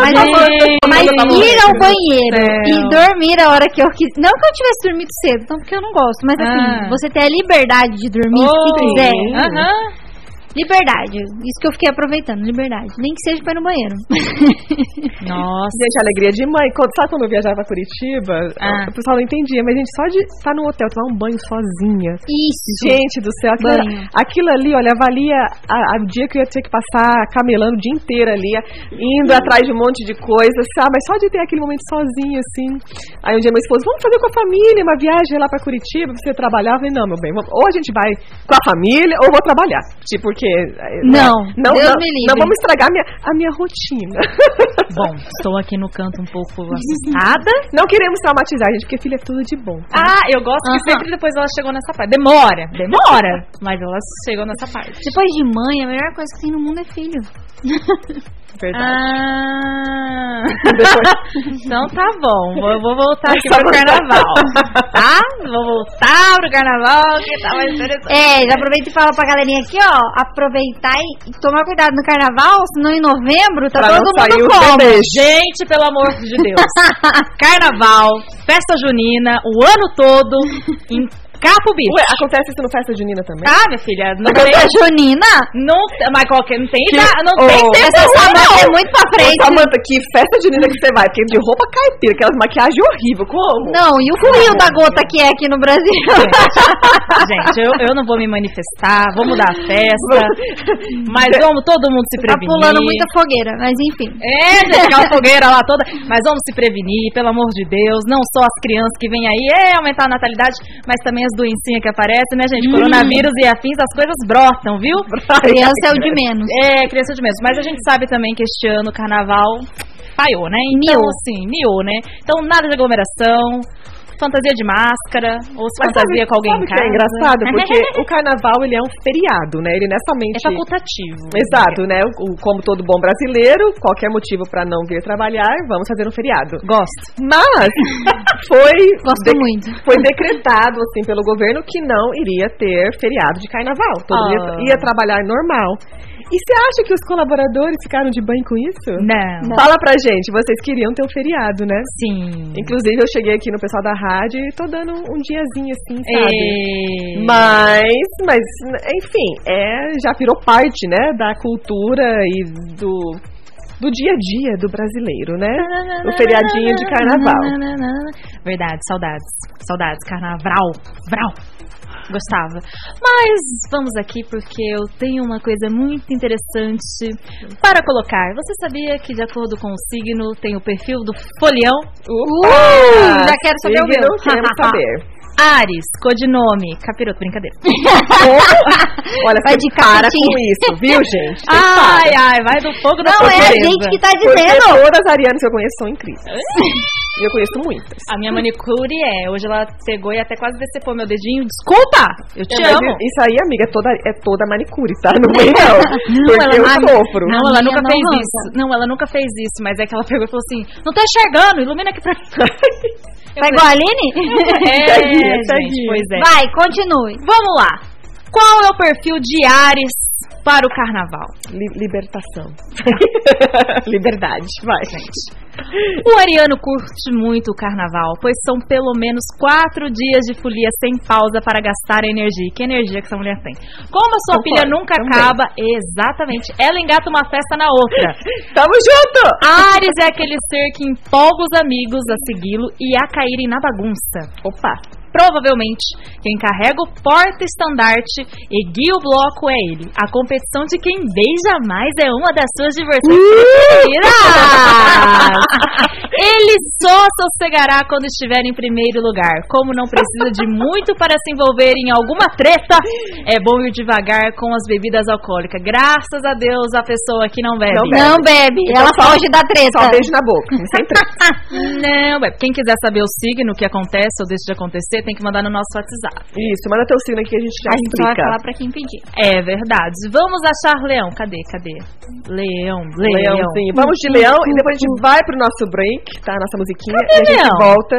mas Gente, mas eu tava ir ao lembrando. banheiro e Céu. dormir a hora que eu quiser. Não que eu tivesse dormido cedo, não porque eu não gosto, mas assim, Ah. você ter a liberdade de dormir se Oi. quiser. Aham. Liberdade. Isso que eu fiquei aproveitando, liberdade. Nem que seja pra ir no banheiro. Nossa. Gente, alegria de mãe. Quando- sabe quando eu viajava pra Curitiba? Ah. O pessoal não entendia, mas, gente, só de estar no hotel, tomar um banho sozinha. Isso. Gente do céu, aquilo, Banho. aquilo ali, olha, valia a, a dia que eu ia ter que passar camelando o dia inteiro ali, indo atrás de um monte de coisa, sabe? Mas só de ter aquele momento sozinho, assim. Aí um dia meu esposo, vamos fazer com a família uma viagem lá pra Curitiba, pra você trabalhar. Eu falei, não, meu bem, vamos- ou a gente vai com a família, ou vou trabalhar. Tipo, porque. eh, Não, não, Deus não, me livre. não vamos estragar a minha, a minha rotina. Bom, estou aqui no canto um pouco assustada. não queremos traumatizar, gente, porque filha é tudo de bom. Ah, eu gosto que sempre depois ela chegou nessa parte. Demora, demora. Mas ela chegou nessa parte. Depois de mãe, a melhor coisa que tem no mundo é filho. Verdade. Ah. então tá bom. Vou, vou voltar aqui pro carnaval. Tá? Vou voltar pro carnaval que tá mais interessante. É, já aproveita e fala pra galerinha aqui, ó. Aproveitar e tomar cuidado no carnaval, senão em novembro tá Pra não todo sair o mundo como. bebê. Gente, pelo amor de Deus. Carnaval, festa junina, o ano todo, em Capo Bicho. Ué, acontece isso no festa junina também? Ah, minha filha, não tem. Festa junina? Não, mas qualquer. Não tem Que- idade, não tem Ô, Tá, tempo. oh. Essa ruim, Samanta não. é muito pra frente. Ô, Samanta, que festa de linda que você vai? Porque de roupa caipira, aquelas maquiagem horrível, como? Não, e o frio da gota que é aqui no Brasil? Gente, eu, eu não vou me manifestar, vou mudar a festa. Mas vamos todo mundo se tá prevenir. pulando muita fogueira, mas enfim. É, gente, aquela fogueira lá toda. Mas vamos se prevenir, pelo amor de Deus. Não só as crianças que vêm aí, é aumentar a natalidade, mas também as doencinhas que aparecem, né, gente? Coronavírus e afins, as coisas brotam, viu? Criança é o de menos. É, criança de mesmo. Mas a gente sabe também que este ano o carnaval paiou, né? Então, Miou. assim, miou, né? Então, nada de aglomeração, fantasia de máscara, ou se Mas fantasia com alguém sabe que é em casa. engraçado? Porque o carnaval, ele é um feriado, né? Ele não é somente... É facultativo. Exato, né? O, o- como todo bom brasileiro, qualquer motivo pra não vir trabalhar, vamos fazer um feriado. Gosto. Mas foi, Gosto muito. foi decretado assim pelo governo que não iria ter feriado de carnaval. Todo mundo Ah. ia, ia trabalhar normal. E você acha que os colaboradores ficaram de banho com isso? Não. Fala pra gente, vocês queriam ter um feriado, né? Sim. Inclusive, eu cheguei aqui no pessoal da rádio e tô dando um diazinho assim, sabe? É... Mas, mas, enfim, é, já virou parte, né, da cultura e do, do dia a dia do brasileiro, né? O feriadinho de carnaval. Verdade, saudades. Saudades, carnaval. Vral. Gostava. Mas vamos aqui porque eu tenho uma coisa muito interessante para colocar. Você sabia que, de acordo com o signo, tem o perfil do folião? Opa! Uh, já quero saber o Signo, meu. Queremos saber. Ares, codinome, capiroto, brincadeira. Olha, Vai você de para cacetinho. com isso, viu, gente? Você ai, ai, vai do fogo da Não é a surpresa. gente que tá para. Porque dizendo. todas as arianas que eu conheço são incríveis. E tá- eu conheço muitas. A minha manicure é. Hoje ela pegou e até quase decepou meu dedinho. Desculpa! Eu te É, mas amo. Isso aí, amiga, é toda, é toda manicure, tá? Não vem, não. Porque eu ah, sofro. Não, A ela minha nunca não fez arranca. isso. Não, ela nunca fez isso, mas é que ela pegou e falou assim: não tô enxergando, ilumina aqui pra mim. Tá igual a Aline? É, Tá aqui, tá gente, aqui. pois é. Vai, continue. Vamos lá. Qual é o perfil de Ares para o carnaval? Li- libertação. Liberdade. Vai, gente. O ariano curte muito o carnaval, pois são pelo menos quatro dias de folia sem pausa para gastar energia. Que energia que essa mulher tem. Como a sua Concordo, pilha nunca também. acaba, exatamente, ela engata uma festa na outra. Tamo junto! Ares é aquele ser que empolga os amigos a segui-lo e a caírem na bagunça. Opa! Provavelmente, quem carrega o porta-estandarte e guia o bloco é ele. A competição de quem beija mais é uma das suas diversões preferidas. Ele só sossegará quando estiver em primeiro lugar. Como não precisa de muito para se envolver em alguma treta, é bom ir devagar com as bebidas alcoólicas. Graças a Deus, a pessoa que não bebe. Não bebe. Não bebe, Então ela só- foge da treta. Tá. Só beijo na boca. Sem treta. Não, é. Quem quiser saber o signo, o que acontece ou deixa de acontecer, tem que mandar no nosso WhatsApp. Isso, manda teu sino aqui que a gente já A gente só vai explica. falar pra quem pedir. É verdade. Vamos achar leão. Cadê? Cadê? Leão, leão. Hum, Uhum. Leãozinho. Vamos de leão e depois a gente vai pro nosso break, tá? Nossa musiquinha. Cadê e a gente leão? volta.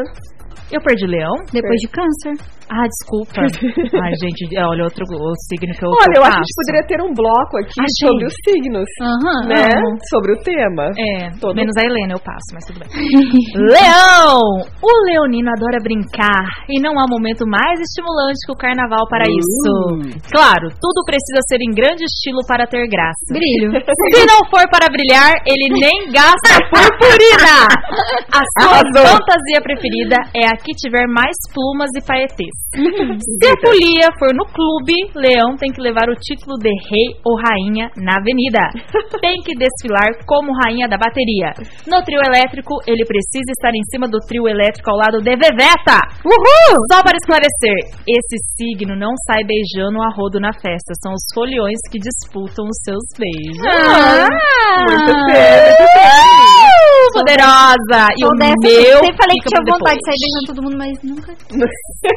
Eu perdi leão? Depois de câncer. Ah, desculpa. Ai, gente, é, olha outro o signo que eu Ah, Olha, eu acho que a gente faço. poderia ter um bloco aqui Achei. sobre os signos, Aham. né? amo. Sobre o tema. É, Todo- menos a Helena eu passo, mas tudo bem. Leão! O leonino adora brincar e não há momento mais estimulante que o carnaval para isso. Claro, tudo precisa ser em grande estilo para ter graça. Brilho. Se não for para brilhar, ele nem gasta purpurina. A sua Arrasou. fantasia preferida é a que tiver mais plumas e paetês. Se a folia for no clube, Leão tem que levar o título de rei ou rainha na avenida. Tem que desfilar como rainha da bateria. No trio elétrico, ele precisa estar em cima do trio elétrico ao lado de Veveta. Uhul! Só para esclarecer, esse signo não sai beijando a rodo na festa. São os foliões que disputam os seus beijos. Ah! Muito bem, muito bem. Uh, poderosa! E o Então, dessa, meu. sempre falei que fica tinha pra vontade de sair depois. beijando todo mundo, mas nunca.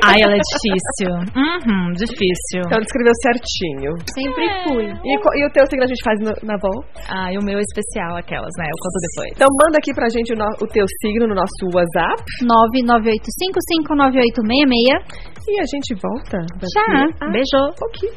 Ai, ela é difícil. Uhum, difícil. Então descreveu certinho. Sempre É. fui. E, co- e o teu signo a gente faz no- na volta? Ai, o meu é especial, aquelas, né? Eu conto depois. Então manda aqui pra gente o, no- o teu signo no nosso WhatsApp 998559866. e a gente volta. daqui Tchau. a Beijo. Pouquinho.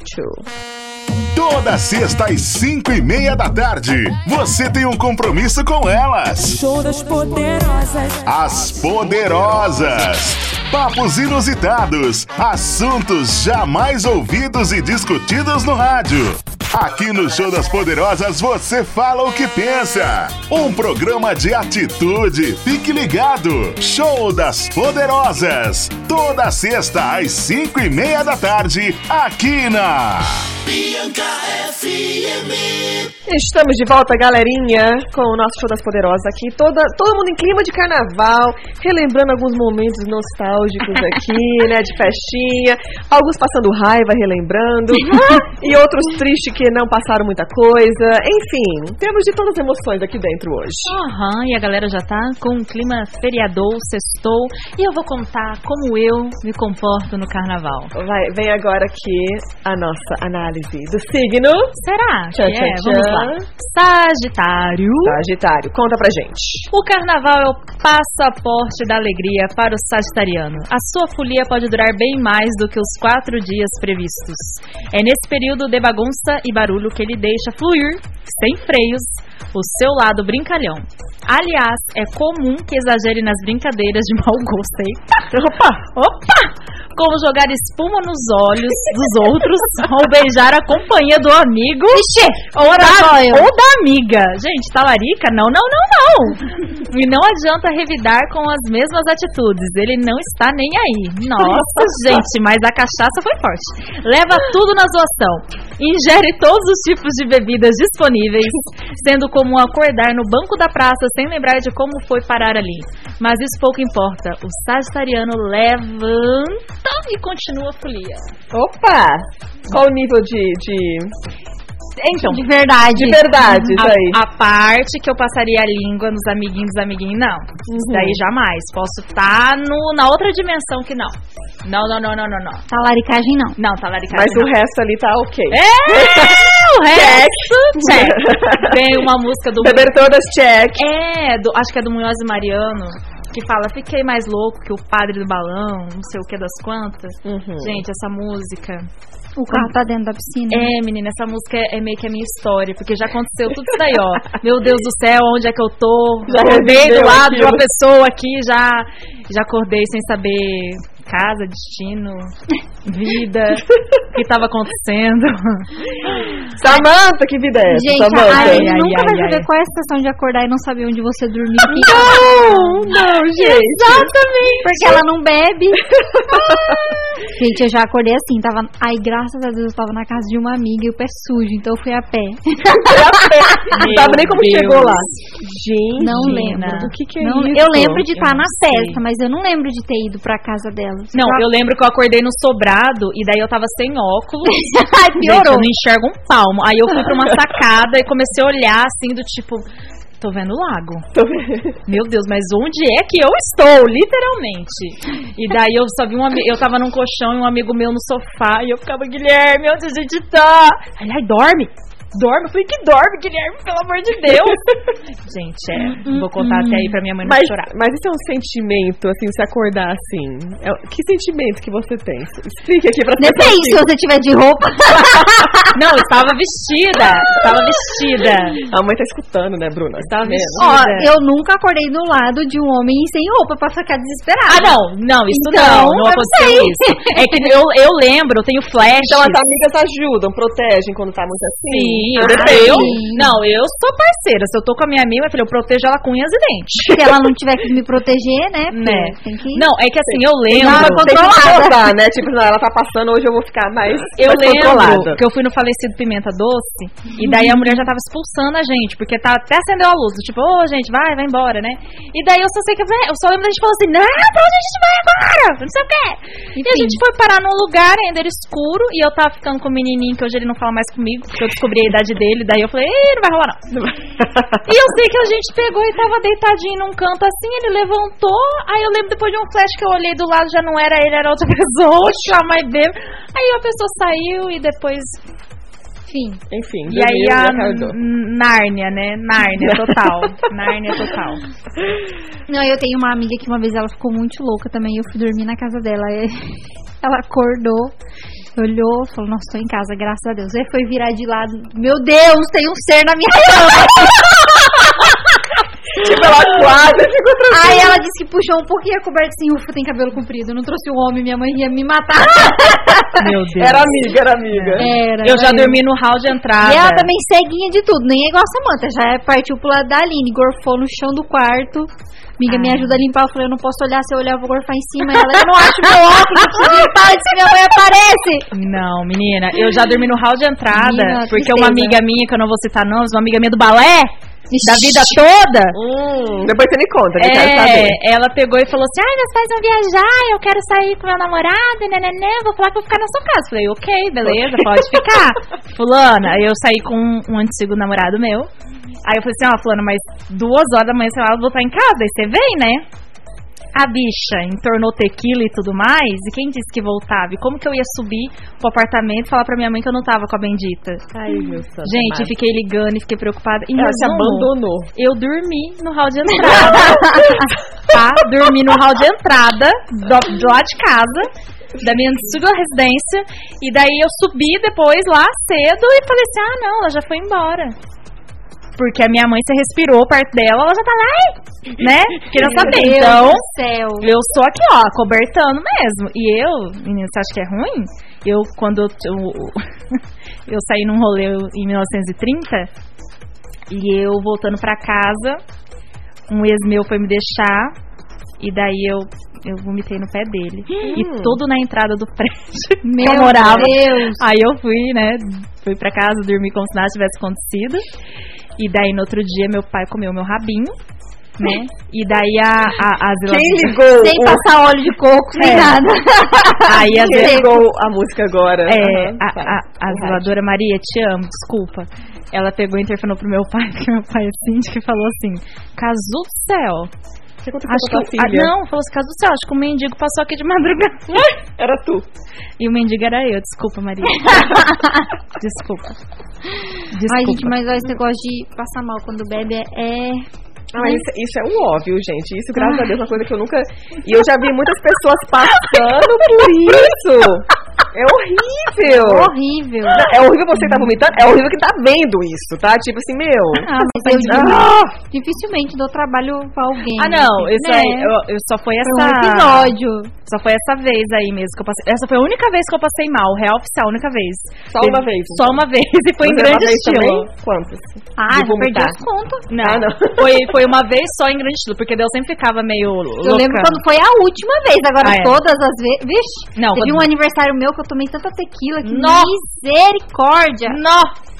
Toda sexta às cinco e meia da tarde, você tem um compromisso com elas. Show das poderosas. As Poderosas. Papos inusitados, assuntos jamais ouvidos e discutidos no rádio. Aqui no Show das Poderosas você fala o que pensa. Um programa de atitude. Fique ligado. Show das Poderosas. Toda sexta às cinco e meia da tarde, aqui na. Estamos de volta, galerinha, com o nosso Show das Poderosas aqui. Toda, todo mundo em clima de carnaval, relembrando alguns momentos nostálgicos aqui, né? De festinha. Alguns passando raiva, relembrando. e outros tristes que não passaram muita coisa. Enfim, temos de todas as emoções aqui dentro hoje. Aham, e a galera já tá com um clima feriador, sextou. E eu vou contar como eu me comporto no carnaval. Vai, vem agora aqui a nossa análise do signo Será que Tchan, é? tchan, Vamos tchan. lá. Sagitário. Tá, Sagitário. Conta pra gente. O carnaval é o passaporte da alegria para o sagitariano. A sua folia pode durar bem mais do que os quatro dias previstos. É nesse período de bagunça e barulho que ele deixa fluir, sem freios, o seu lado brincalhão. Aliás, é comum que exagere nas brincadeiras de mau gosto, hein? Opa! Opa! Como jogar espuma nos olhos dos outros ou beijar a companhia do amigo. Ou da, ou da amiga. Gente, talarica? Não, não, não, não. E não adianta revidar com as mesmas atitudes. Ele não está nem aí. Nossa, gente, mas a cachaça foi forte. Leva tudo na zoação. Ingere todos os tipos de bebidas disponíveis, sendo comum acordar no banco da praça sem lembrar de como foi parar ali. Mas isso pouco importa. O sagitariano levanta e continua a folia. Opa! Qual o nível de, de, Então, De verdade. de verdade isso aí? a, a parte que eu passaria a língua nos amiguinhos dos amiguinhos, não. Isso daí Uhum. jamais. Posso estar na outra dimensão que não. Não, não, não, não, não, não. Talaricagem Tá não. Não, tá talaricagem Mas o não. resto ali tá ok. É, o resto, check. Tem uma música do... Beber todas, check. É, do- acho que é do Munhoz e Mariano. que fala Fiquei mais louco que o padre do balão, não sei o que das quantas. Uhum. Gente, essa música. O carro tá dentro da piscina. É, menina, essa música é meio que a minha história, porque já aconteceu tudo isso daí, ó. Meu Deus do céu, onde é que eu tô? Já Acordei do viveu lado de uma aquilo. pessoa aqui, já, já acordei sem saber casa, destino, vida, o que tava acontecendo. Samanta, que vida é essa? Gente, Samanta? a Aline ai, nunca ai, vai ai. saber qual é a sensação de acordar e não saber onde você dormiu. Não, não, gente. Exatamente. Porque ela não bebe. Gente, eu já acordei assim, tava. Ai, graças a Deus, eu tava na casa de uma amiga e o pé sujo, então eu fui a pé. Não sabe nem como Meu chegou lá. Gente, Não lembro. Nina. O que que é Não- isso? eu lembro de Eu estar não na sei. festa, Tá. mas eu não lembro de ter ido pra casa dela. Não, eu lembro que eu acordei no sobrado e daí eu tava sem óculos. Ai, Gente, eu piorou. não enxergo um palmo. Aí eu fui pra uma sacada e comecei a olhar assim do tipo, tô vendo o lago. Meu Deus, mas onde é que eu estou, literalmente? E daí eu só vi um amigo, eu tava num colchão e um amigo meu no sofá e eu ficava, Guilherme, onde a gente tá? Aí, ai, dorme. Dorme, eu falei que dorme, Guilherme, pelo amor de Deus. gente, é, vou contar até aí pra minha mãe não Mas, chorar. mas isso é um sentimento, assim, se acordar assim. É- que sentimento que você tem? Explique aqui pra Depende se pessoas. você tiver de roupa. Não, eu estava vestida, estava vestida. A mãe tá escutando, né, Bruna? Tava vestida. Ó, é. eu nunca acordei do lado de um homem sem roupa pra ficar Ah, desesperada. não, não, isso Então, não, não eu aconteceu sei. isso. É que eu, eu lembro, eu tenho flash. Então as amigas ajudam, protegem quando tá muito assim. Sim, eu, Ah, eu, sim. não, eu sou parceira. Se eu tô com a minha amiga, eu falei, eu protejo ela com unhas e dentes. Se ela não tiver que me proteger, né? porque Né? Tem que Não, é que assim, eu Não, lembro. tem que controlar, né? Tipo, não, ela tá passando, hoje eu vou ficar mais, mais Eu tá controlada. lembro que eu fui no falecido Pimenta Doce e daí a mulher já tava expulsando a gente, porque tava, até acendeu a luz, do tipo, ô gente, vai, vai embora, né? E daí eu só sei que eu só lembro da gente falando assim, não, pra onde a gente vai agora? Não sei o quê. E a Enfim. gente foi parar num lugar, ainda era escuro, e eu tava ficando com o menininho, que hoje ele não fala mais comigo, porque eu descobri a idade dele, daí eu falei, ei, não vai rolar não. E eu sei que a gente pegou e tava deitadinho num canto assim, ele levantou, aí eu lembro depois de um flash que eu olhei do lado, já não era ele, era outra pessoa, chama mais dele. Aí a pessoa saiu e depois. Enfim. Enfim, E aí dormiu, né? a acordou. N- Nárnia, né? Nárnia total. Nárnia total. Não, eu tenho uma amiga que uma vez ela ficou muito louca também. Eu fui dormir na casa dela. Aí Ela acordou, olhou, falou: Nossa, tô em casa, graças a Deus. Aí foi virar de lado: Meu Deus, tem um ser na minha cama. Tipo, ela quase ficou tranquila. Aí ela disse que puxou um pouquinho a coberta assim: Ufa, tem cabelo comprido. Não trouxe um homem, minha mãe ia me matar. Meu Deus. Era amiga, era amiga. É. Era, eu já era. dormi no hall de entrada. E ela também ceguinha de tudo, nem é igual a Samanta, já é partiu pro lado da Aline, gorfou no chão do quarto. Amiga, me Ah. ajuda a limpar. Eu falei, eu não posso olhar, se eu olhar eu vou gorfar em cima. Ela, eu não acho meu óculos, eu preciso limpar é, antes que minha mãe aparece. Não, menina, eu já dormi no hall de entrada, Menina, porque tristeza. uma amiga minha, que eu não vou citar nomes, uma amiga minha do balé, da Ixi. vida toda, Hum, depois você me conta, que eu quero saber. É, ela pegou e falou assim: Ai, meus pais vão viajar, eu quero sair com meu namorado, e nenené, vou falar que vou ficar na sua casa. Falei, ok, beleza, pode ficar. Fulana, aí eu saí com um, um antigo namorado meu. Aí eu falei assim, ó, Fulana, mas duas horas da manhã sei lá, eu vou estar em casa, aí você vem, né? A bicha entornou tequila e tudo mais, e quem disse que voltava? E como que eu ia subir pro apartamento e falar pra minha mãe que eu não tava com a bendita? Ai, meu santo Gente, amado. fiquei ligando e fiquei preocupada. E ela se resumo, abandonou. eu dormi no hall de entrada. tá? Dormi no hall de entrada, do, do lado de casa, da minha antiga residência. E daí eu subi depois lá cedo e falei assim: ah, não, ela já foi embora. Porque a minha mãe se respirou perto dela, ela já tá lá, "Ai", né? Queria Meu saber. Deus Então, do céu. eu sou aqui, ó, cobertando mesmo. E eu, menino, você acha que é ruim? Eu, quando eu, eu, eu saí num rolê em 1930, e eu voltando pra casa, um ex meu foi me deixar, e daí eu, eu vomitei no pé dele. E todo na entrada do prédio que Meu eu morava. Deus. Aí eu fui, né? Fui pra casa, dormi como se nada tivesse acontecido. E daí no outro dia meu pai comeu meu rabinho, né? E daí a, a, a Zila- Quem ligou? Sem o- passar óleo de coco, sem É. nada. Aí a, Quem Zila- ligou a música agora? é, Aham, a, tá. a, a zeladora Maria, te amo, desculpa. Ela pegou e interfonou pro meu pai, porque meu pai é síndico, e falou assim: Casu do céu. O que aconteceu Acho com a que. tua ah, filha? não, falou assim: Casu do céu, acho que o mendigo passou aqui de madrugada. Era tu. E o mendigo era eu, desculpa, Maria. desculpa. Desculpa. Ai, gente, mas ó, esse negócio de passar mal quando bebe é Ah, isso, isso é um óbvio, gente. Isso, Ah. graças a Deus, é uma coisa que eu nunca. E eu já vi muitas pessoas passando por isso. É horrível. Horrível. Não, Ah, É horrível você que tá vomitando, é horrível que tá vendo isso, tá? Tipo assim, meu. Ah, mas eu Ah! dificilmente, dificilmente dou trabalho pra alguém. Ah, não, assim, isso né? aí, eu, eu só foi Foi um essa. episódio. Ah, Só foi essa vez aí mesmo que eu passei. Essa foi a única vez que eu passei mal, real oficial, a única vez. Só uma vez, Só uma vez e foi em Você grande leva leite estilo. também? Quantos? De Ah, já perdi vomitar. as contas. Não, Ah, não. Foi, foi uma vez só em grande estilo, porque Deus sempre ficava meio louca. Eu lembro quando foi a última vez, agora Ah, é. todas as vezes. Vixe, Não, teve quando- um aniversário meu que eu tomei tanta tequila que Nossa. misericórdia. Nossa!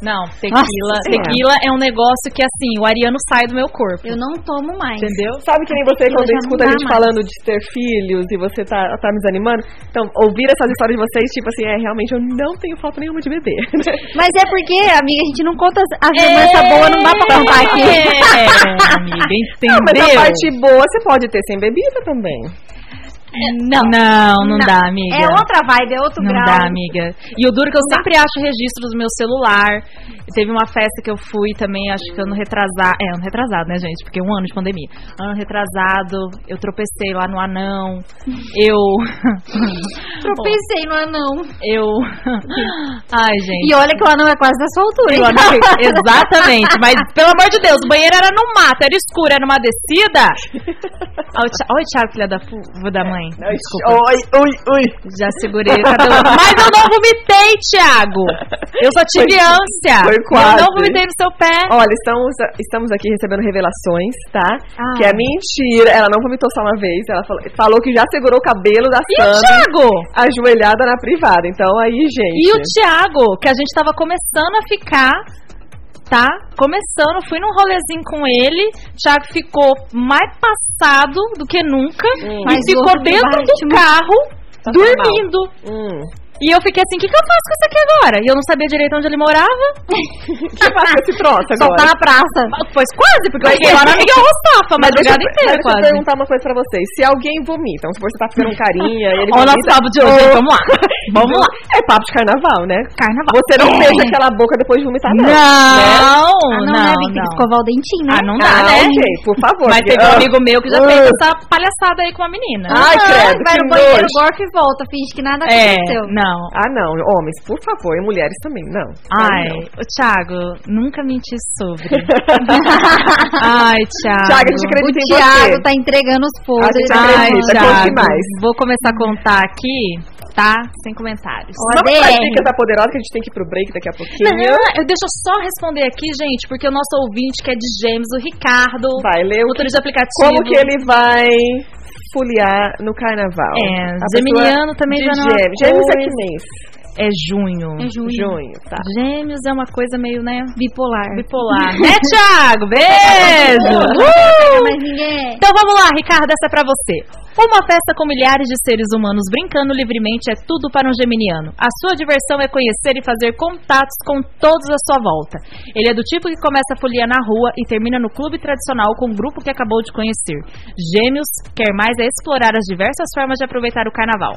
Não, tequila, Nossa Senhora. tequila é um negócio que assim, o ariano sai do meu corpo. Eu não tomo mais. Entendeu? Sabe que nem você Aquilo quando já não escuta a dá gente mais. falando de ter filhos e você tá, tá me desanimando? Então, ouvir essas histórias de vocês, tipo assim, é realmente eu não tenho falta nenhuma de beber. Mas é porque, amiga, a gente não conta as, as lembranças boas, não dá pra contar aqui. É, amiga, entendeu? Não, mas a parte boa você pode ter sem bebida também. Não, não, dá, amiga. É outra vibe, é outro Não grau. dá, amiga. E o duro é que eu sempre acho registro do meu celular. Teve uma festa que eu fui também, acho que ano retrasado. É, ano retrasado, né, gente? Porque é um ano de pandemia. Ano retrasado, eu tropecei lá no anão. Eu. Tropecei no anão. Eu. Ai, gente. E olha que o anão é quase da sua altura. Eu hein? anotei. Exatamente, mas pelo amor de Deus, o banheiro era no mato, era escuro, era uma descida. Olha o Thi- olha o Thiago, filha da, fu- da mãe. Desculpa. Oi, oi, oi. Já segurei o cabelo. Mas eu não vomitei, Thiago. Eu só tive Foi- ânsia. foi Eu quase. não vomitei no seu pé. Olha, estamos, estamos aqui recebendo revelações, tá? Ah. Que é mentira. Ela não vomitou só uma vez. Ela falou, falou que já segurou o cabelo da E o Sandra Thiago? ajoelhada na privada. Então aí, gente. E o Thiago, que a gente tava começando a ficar, tá? Começando, fui num rolezinho com ele. Thiago ficou mais passado do que nunca. E Mas ficou outro dentro do Batman. carro, Passou dormindo. Hum. E eu fiquei assim, o que, que eu faço com isso aqui agora? E eu não sabia direito onde ele morava. Você passa esse troço agora. Só tá na praça. Pois quase, porque eu Mas fiquei lá na deixa- Miguel Rostafa, a deixa, madrugada eu- mas inteira deixa eu quase. perguntar uma coisa pra vocês. Se alguém vomita, vamos supor que você tá fazendo um carinha e ele Olha o nosso vomita... papo de hoje, hein? vamos lá. Vamos lá. É papo de carnaval, né? Carnaval. Você não É. fecha aquela boca depois de vomitar, não. Não, Ah, não, não, né, Vicky? Tem que escovar o dentinho, né? Ah, não dá, Ah, né? ok, por favor. Mas Porque- teve um Ah. amigo meu que já Ah. fez essa palhaçada aí com uma menina. Ai, Ah, credo, Vai que no banheiro, nojo. gorfa e volta. Finge que nada é, aconteceu. não. Ah, não. Homens, por favor. E mulheres também, não. Ai, não. o Thiago, nunca menti sobre. Ai, Thiago. Thiago, a gente O acredita em Thiago você. tá entregando os A gente podres. Ai, acredita, conte Thiago. mais. Vou começar a contar aqui, tá? Sem comentários. Ó, Vamos para DR. dicas da Poderosa que a gente tem que ir pro break daqui a pouquinho. Não, eu deixa eu só responder aqui, gente, porque o nosso ouvinte que é de Gêmeos, o Ricardo, Vai, ler o motor de aplicativo. Como que ele vai foliar no carnaval? É, A geminiano pessoa também de já não é Gêmeos. Gêmeos é que coisa. mês? É junho. É junho. Junho, tá. Gêmeos é uma coisa meio, né? Bipolar. Bipolar. né, Thiago? Beijo! Uh! Não mais ninguém. é. Então vamos lá, Ricardo, essa é pra você. Uma festa com milhares de seres humanos brincando livremente é tudo para um geminiano. A sua diversão é conhecer e fazer contatos com todos à sua volta. Ele é do tipo que começa a folia na rua e termina no clube tradicional com o grupo que acabou de conhecer. Gêmeos quer mais é explorar as diversas formas de aproveitar o carnaval.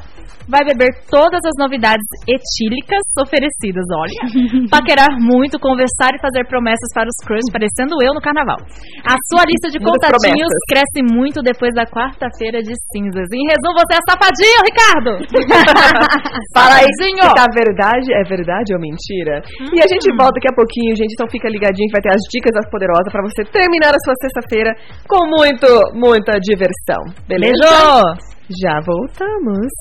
Vai beber todas as novidades etílicas oferecidas, olha. Paquerar muito, conversar e fazer promessas para os crush, parecendo eu no carnaval. A sua lista de Muitas contatinhos promessas. cresce muito depois da quarta-feira de cinzas. Em resumo, você é safadinho, Ricardo! Fala aí se Safadinho! tá verdade, é verdade ou mentira? E a Hum. gente volta daqui a pouquinho, gente. Então fica ligadinho que vai ter as dicas das Poderosas pra você terminar a sua sexta-feira com muito, muita diversão. Beleza? Beijo! Já voltamos.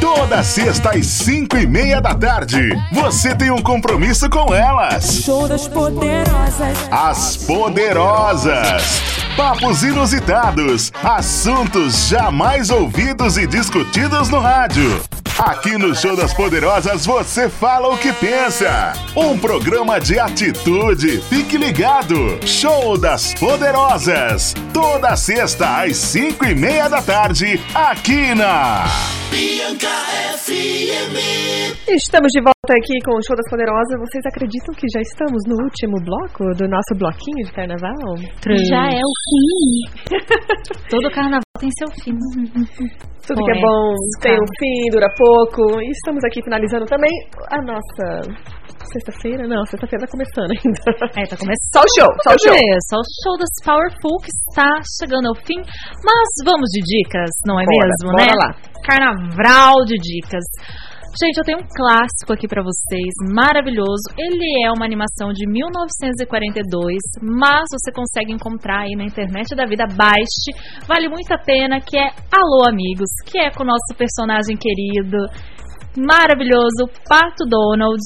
Toda sexta às cinco e meia da tarde, você tem um compromisso com elas. Show das poderosas. As Poderosas. Papos inusitados, assuntos jamais ouvidos e discutidos no rádio. Aqui no Show das Poderosas você fala o que pensa. Um programa de atitude. Fique ligado. Show das Poderosas. Toda sexta às cinco e meia da tarde, aqui na. Estamos de volta aqui com o Show das Poderosas. Vocês acreditam que já estamos no último bloco do nosso bloquinho de carnaval? Já é o fim. Todo carnaval tem seu fim. Tudo que é Poética. bom tem um fim, dura pouco. E estamos aqui finalizando também a nossa Sexta-feira? Não, sexta-feira tá começando ainda. É, tá começando. Só o show, só o show. É, só o show das Powerful que está chegando ao fim. Mas vamos de dicas, não é Bora, mesmo, bora né? lá. Carnaval de dicas. Gente, eu tenho um clássico aqui pra vocês, maravilhoso. Ele é uma animação de 1942, mas você consegue encontrar aí na internet da vida baixe. Vale muito a pena, que é Alô Amigos, que é com o nosso personagem querido, maravilhoso, Pato Donald.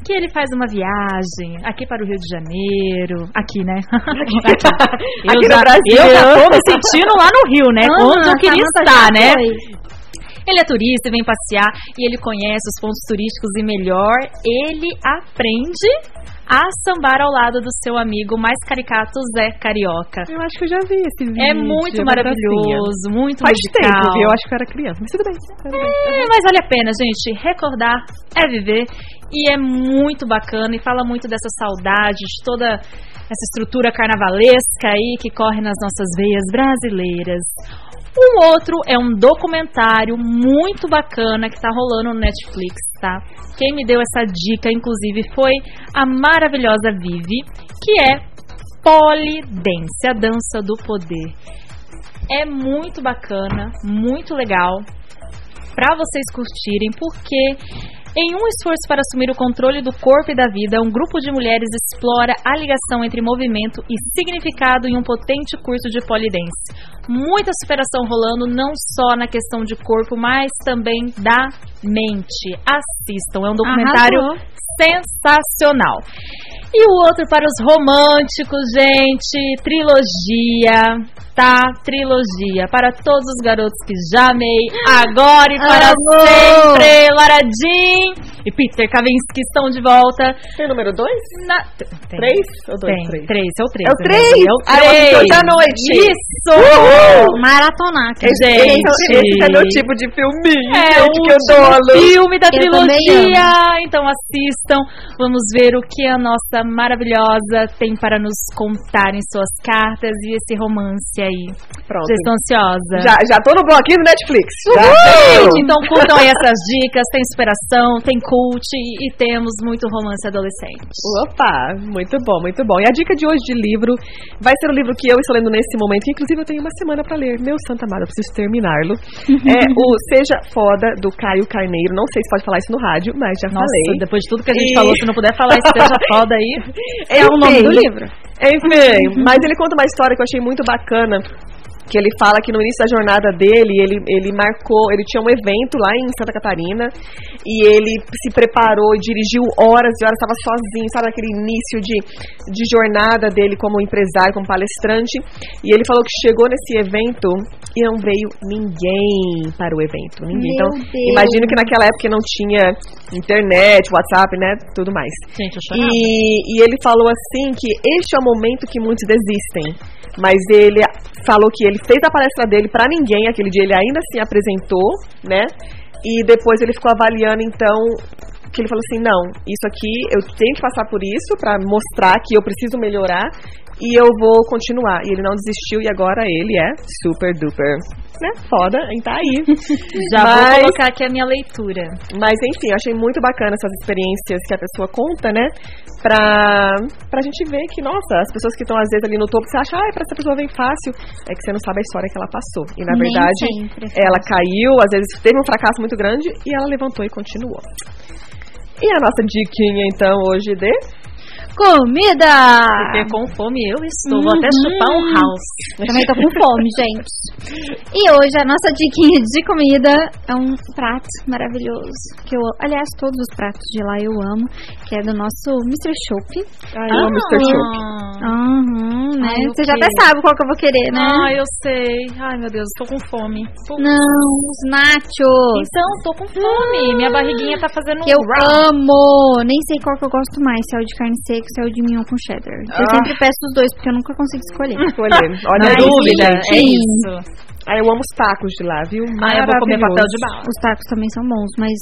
Que ele faz uma viagem aqui para o Rio de Janeiro. Aqui, né? Eu, Aqui no já, Brasil. tá, eu já tô me sentindo lá no Rio, né? Ah, Onde eu queria Samantha já estar, né? foi. Ele é turista e vem passear e ele conhece os pontos turísticos e melhor, ele aprende a sambar ao lado do seu amigo mais caricato Zé Carioca. Eu acho que eu já vi esse vídeo. É muito uma gracinha. maravilhoso, muito Faz musical. tempo, viu? Eu acho que eu era criança, mas tudo bem. tudo bem. É, mas vale a pena, gente. Recordar é viver e é muito bacana e fala muito dessa saudade, de toda essa estrutura carnavalesca aí que corre nas nossas veias brasileiras. Um outro é um documentário muito bacana que tá rolando no Netflix, tá? Quem me deu essa dica, inclusive, foi a maravilhosa Vivi, que é Polidência, a dança do poder. É muito bacana, muito legal para vocês curtirem, porque em um esforço para assumir o controle do corpo e da vida, um grupo de mulheres explora a ligação entre movimento e significado em um potente curso de polidense. Muita superação rolando não só na questão de corpo, mas também da mente. Assistam, é um documentário Arrasou. sensacional. E o outro para os românticos, gente, trilogia, tá? Trilogia para todos os garotos que já amei, agora e para Amo! sempre. Laradim e Peter Kavinsky estão de volta. Tem número 2? Na... Tem, Três? Ou dois? Tem, Três. três, é o três. É o né? três? Ah, eu assisti É o hoje três! à noite. Isso! Maratonar. cara. Gente. Esse, esse, é meu tipo de filminho, É gente, que eu o último dolo. filme da Eu também trilogia. Então assistam. Vamos ver o que a nossa maravilhosa tem para nos contar em suas cartas e esse romance aí. Pronto. Já estou ansiosa. Já, já tô no bloquinho do Netflix. Já Gente, tô. Então curtam aí essas dicas, tem superação, tem cult e, e temos muito romance adolescente. Opa, muito bom, muito bom. E a dica de hoje de livro vai ser o livro que eu estou lendo nesse momento. Inclusive, eu tenho uma semana para ler. Meu santo amado, eu preciso terminá-lo. É o Seja Foda, do Caio Carneiro. Não sei se pode falar isso no rádio, mas já Nossa, falei. depois de tudo que a gente E- falou, se não puder falar esteja foda aí. É o nome do livro. Enfim, mas ele conta uma história que eu achei muito bacana. Que ele fala que no início da jornada dele, ele, ele marcou, ele tinha um evento lá em Santa Catarina e ele se preparou e dirigiu horas e horas, estava sozinho, sabe, naquele início de, de jornada dele como empresário, como palestrante. E ele falou que chegou nesse evento e não veio ninguém para o evento. Ninguém. então, Meu Deus. imagino que naquela época não tinha internet, WhatsApp, né? Tudo mais. Gente, eu E, chorava. e ele falou assim que este é o momento que muitos desistem. Mas ele falou que ele fez a palestra dele pra ninguém aquele dia, ele ainda assim apresentou, né? E depois ele ficou avaliando então que ele falou assim: "Não, isso aqui eu tenho que passar por isso pra mostrar que eu preciso melhorar e eu vou continuar". E ele não desistiu e agora ele é super duper, né? Foda, e tá aí. Já Mas- vou colocar aqui a minha leitura. Mas enfim, eu achei muito bacana essas experiências que a pessoa conta, né? Pra, pra gente ver que, nossa, as pessoas que estão às vezes ali no topo, você acha, ah, pra essa pessoa vem fácil. É que você não sabe a história que ela passou. E na Nem verdade, sempre é ela caiu, às vezes teve um fracasso muito grande e ela levantou e continuou. E a nossa diquinha, então, hoje de. Comida! Porque Ah. com fome eu estou. Vou até Uhum. chupar um house. Também tô com fome, gente. E hoje a nossa diquinha de comida é um prato maravilhoso. Que eu, aliás, todos os pratos de lá eu amo, que é do nosso Mr. Chopp. Ai, eu Ah. amo Mr. Show. Uhum, né? Ai, eu Você já até queria. sabe qual que eu vou querer, né? Ah, eu sei. Ai, meu Deus, tô com fome. Putz. Não, os nachos. Então, tô com fome. Minha barriguinha tá fazendo Que eu um round. amo! Nem sei qual que eu gosto mais, se é o de carne seca, se é o de mignon com cheddar. Eu Ah. sempre peço os dois, porque eu nunca consigo escolher. Olha, olha Não aí, dúvida, gente. é Sim. isso. Ai, eu amo os tacos de lá, viu? Ah, eu vou comer Maravilhoso. papel de bala. Os tacos também são bons, mas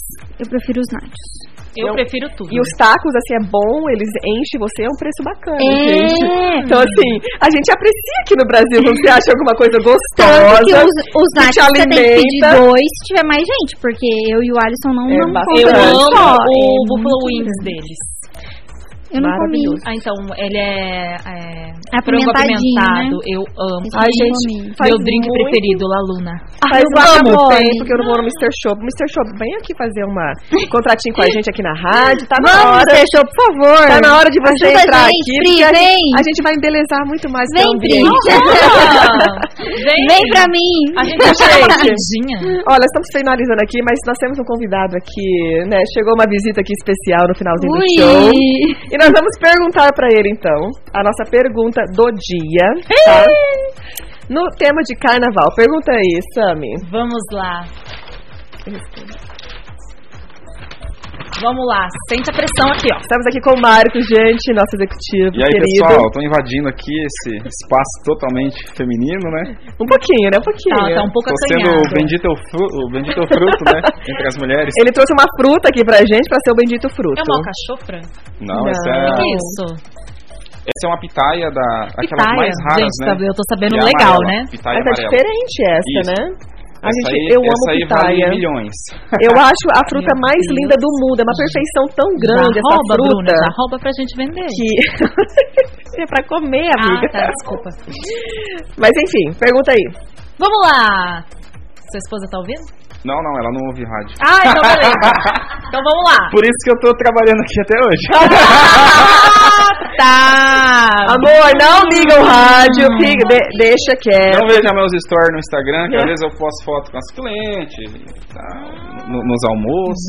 eu prefiro os nachos. Eu- Eu prefiro tudo. E os tacos, assim, é bom, eles enchem você, é um preço bacana, É. gente. Então, assim, a gente aprecia aqui no Brasil quando você acha alguma coisa gostosa. Tanto que os, os que nachos te você tem que pedir alimenta. dois se tiver mais gente, porque eu e o Alisson não, É não bastante. Eu compramos amo só. o É Buffalo muito Wings grande. deles. Eu não comi. Maravilhoso. Ah, então, ele é, é frango Apimentadinho, apimentado. né? Eu amo. Isso Ai, eu gente, comi. meu faz drink muito- preferido, Laluna. Ah, Faz eu o guacamole, amo. porque eu não vou no Mr. Shop. Mr. Shop, vem aqui fazer uma um contratinho com a gente aqui na rádio. Tá na Vamos, hora. Mr. Show, por favor. Tá na hora de você Ajuda a entrar gente, aqui. Pri, porque a, vem. gente, a gente vai embelezar muito mais Vem, o Pri. ambiente. Ah! Vem, Vem pra mim. A gente achou uma rapidinha. Olha, estamos finalizando aqui, mas nós temos um convidado aqui, né? Chegou uma visita aqui especial no finalzinho Ui. do show. E nós vamos perguntar pra ele, então, a nossa pergunta do dia, tá? No tema de carnaval. Pergunta aí, Sami. Vamos lá. Vamos lá, sente a pressão aqui, ó. Estamos aqui com o Marco, gente, nosso executivo E aí, querido. pessoal, tô invadindo aqui esse espaço totalmente feminino, né? Um pouquinho, né? Um pouquinho. Tá, tá um pouco Tô sendo acanhado. o bendito, é o fru- o bendito é o fruto, né? Entre as mulheres. Ele trouxe uma fruta aqui pra gente pra ser o bendito fruto. É uma alcachofra? O Não, Não. Essa, é, Ah. que é isso? essa é uma pitaia da, daquelas Pitaia. mais raras, gente, tá né? sabe, eu tô sabendo Que é legal, amarela, né? Pitaia Mas é amarela. diferente essa, Isso. né? A Essa gente, aí, eu amo essa aí pitaia. vale um milhões. Eu acho a fruta Meu mais Deus. linda do mundo. É uma perfeição tão grande já essa rouba, fruta Bruna, já rouba pra gente vender. que é pra comer, Ah, amiga. tá, desculpa. Mas enfim, pergunta aí. Vamos lá! Sua esposa tá ouvindo? Não, não, ela não ouve rádio. Ah, então beleza. Então vamos lá. Por isso que eu tô trabalhando aqui até hoje. Ah, tá. Amor, não liga o rádio, fica- de- deixa quieto. Não veja meus stories no Instagram, que às vezes eu posto foto com as clientes, e tal, no- nos almoços.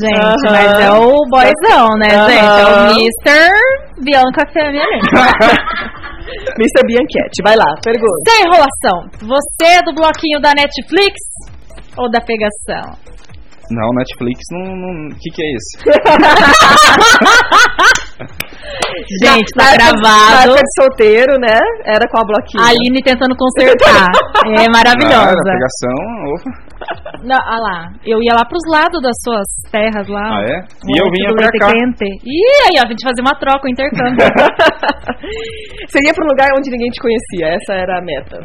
Gente, Aham. mas é o boyzão, né, Aham. gente? É o Mr. Bianca Feminine. Mr. Bianchetti, vai lá, pergunta. Sem enrolação, você é do bloquinho da Netflix ou da pegação? Não, Netflix não. O que, que é isso? Gente, tá Na época- Na gravado. época de solteiro, né? Era com a bloquinha. A Aline tentando consertar. É Ah, maravilhosa. a pegação. ufa. Não, ah lá, eu ia lá pros lados das suas terras lá. Ah, é? E Monte eu vinha do pra cá. Requente. Ih, aí, ó, a gente fazer uma troca, um intercâmbio. Você ia pra um lugar onde ninguém te conhecia, essa era a meta.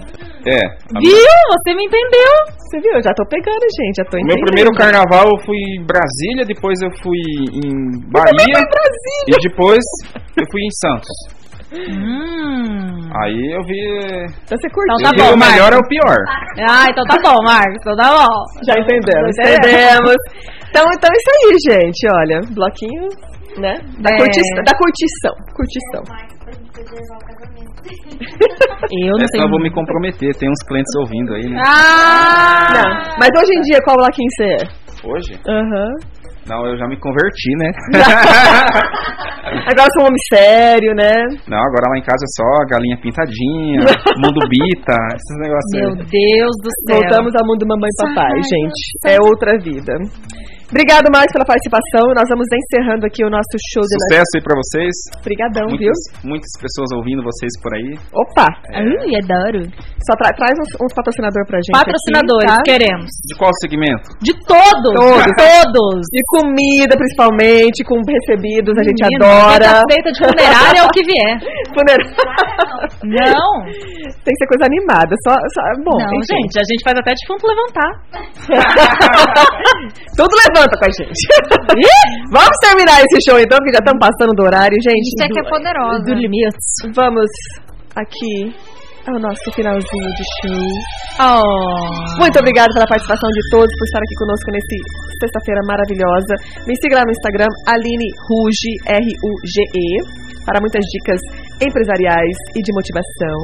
É. a minha- Viu? Você me entendeu. Você viu? Eu já tô pegando, gente, já tô o meu entendendo. primeiro carnaval eu fui em Brasília, depois eu fui em Bahia. E depois eu fui em Santos. Hum. Aí eu vi. Então você curtiu. Então tá eu vi bom, o melhor Marcos. é o pior. Ah, então tá bom, Marcos, então tá bom. Já entendemos, Já entendemos. Então, então é isso aí, gente. Olha, bloquinho, né? Da, É. curtição, da curtição. Curtição. Eu não Senão tenho... eu vou me comprometer, tem uns clientes ouvindo aí, né? Não, Ah! mas hoje em dia, qual bloquinho você é? Hoje? Aham. Não, eu já me converti, né? Agora eu sou um homem sério, né? Não, agora lá em casa é só galinha pintadinha, mundo bita, esses negócios aí. Meu Deus do céu. Voltamos ao mundo mamãe e papai, gente. É outra vida. Obrigado, Marcos, pela participação. Nós vamos encerrando aqui o nosso show de Sucesso aí pra vocês. Obrigadão, viu? Muitas, muitas pessoas ouvindo vocês por aí. Opa! Ai, adoro. Só tra- traz uns, uns patrocinadores pra gente. aqui, Patrocinadores, tá? queremos. De qual segmento? De assim, todos. Todos. todos. De comida, principalmente, com recebidos, a gente Menina, adora. essa Feita de funerária é o que vier. Funeral. Não. Tem que ser coisa animada. Só, só é bom, não, enfim. gente, a gente faz até defunto levantar. Tudo levanta com a gente. Vamos terminar esse show então, porque já estamos passando do horário, gente. Isso é que é poderosa. Do limite. Vamos aqui ao nosso finalzinho de show. Oh. Muito obrigada pela participação de todos, por estar aqui conosco nesse sexta-feira maravilhosa. Me siga lá no Instagram, Aline Ruge, R-U-G-E, para muitas dicas empresariais e de motivação.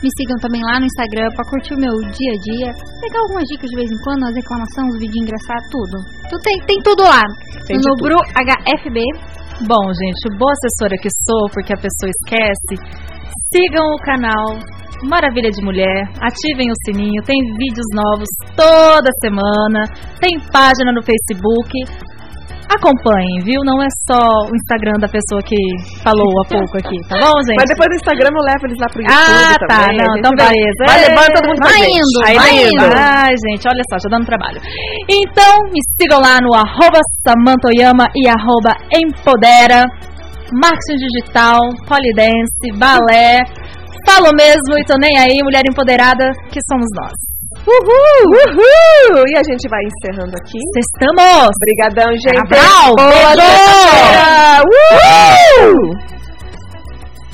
Me sigam também lá no Instagram pra curtir o meu dia a dia. Pegar algumas dicas de vez em quando, as reclamações, os vídeos engraçados, tudo. Então tem, tem tudo lá. Tem de no tudo. Bru HFB. Bom, gente, boa assessora que sou, porque a pessoa esquece. Sigam o canal Maravilha de Mulher, ativem o sininho, tem vídeos novos toda semana, tem página no Facebook. Acompanhem, viu? Não é só o Instagram da pessoa que falou há pouco aqui, tá bom, gente? Mas depois do Instagram eu levo eles lá pro YouTube Ah, tá. também. Não, a gente então vai- beleza. Vai É. levando todo mundo pra Vai gente. indo, Aí vai indo. indo. Ai, gente, olha só, já dando trabalho. Então, me sigam lá no arroba Samantoyama e arroba Empodera, marketing digital, polidance, balé. Falo mesmo e tô nem aí, mulher empoderada, que somos nós. Uhul! Uhul! E a gente vai encerrando aqui. Estamos! Obrigadão, é gente. Cabral, Boa beijo! sexta-feira! Uhul!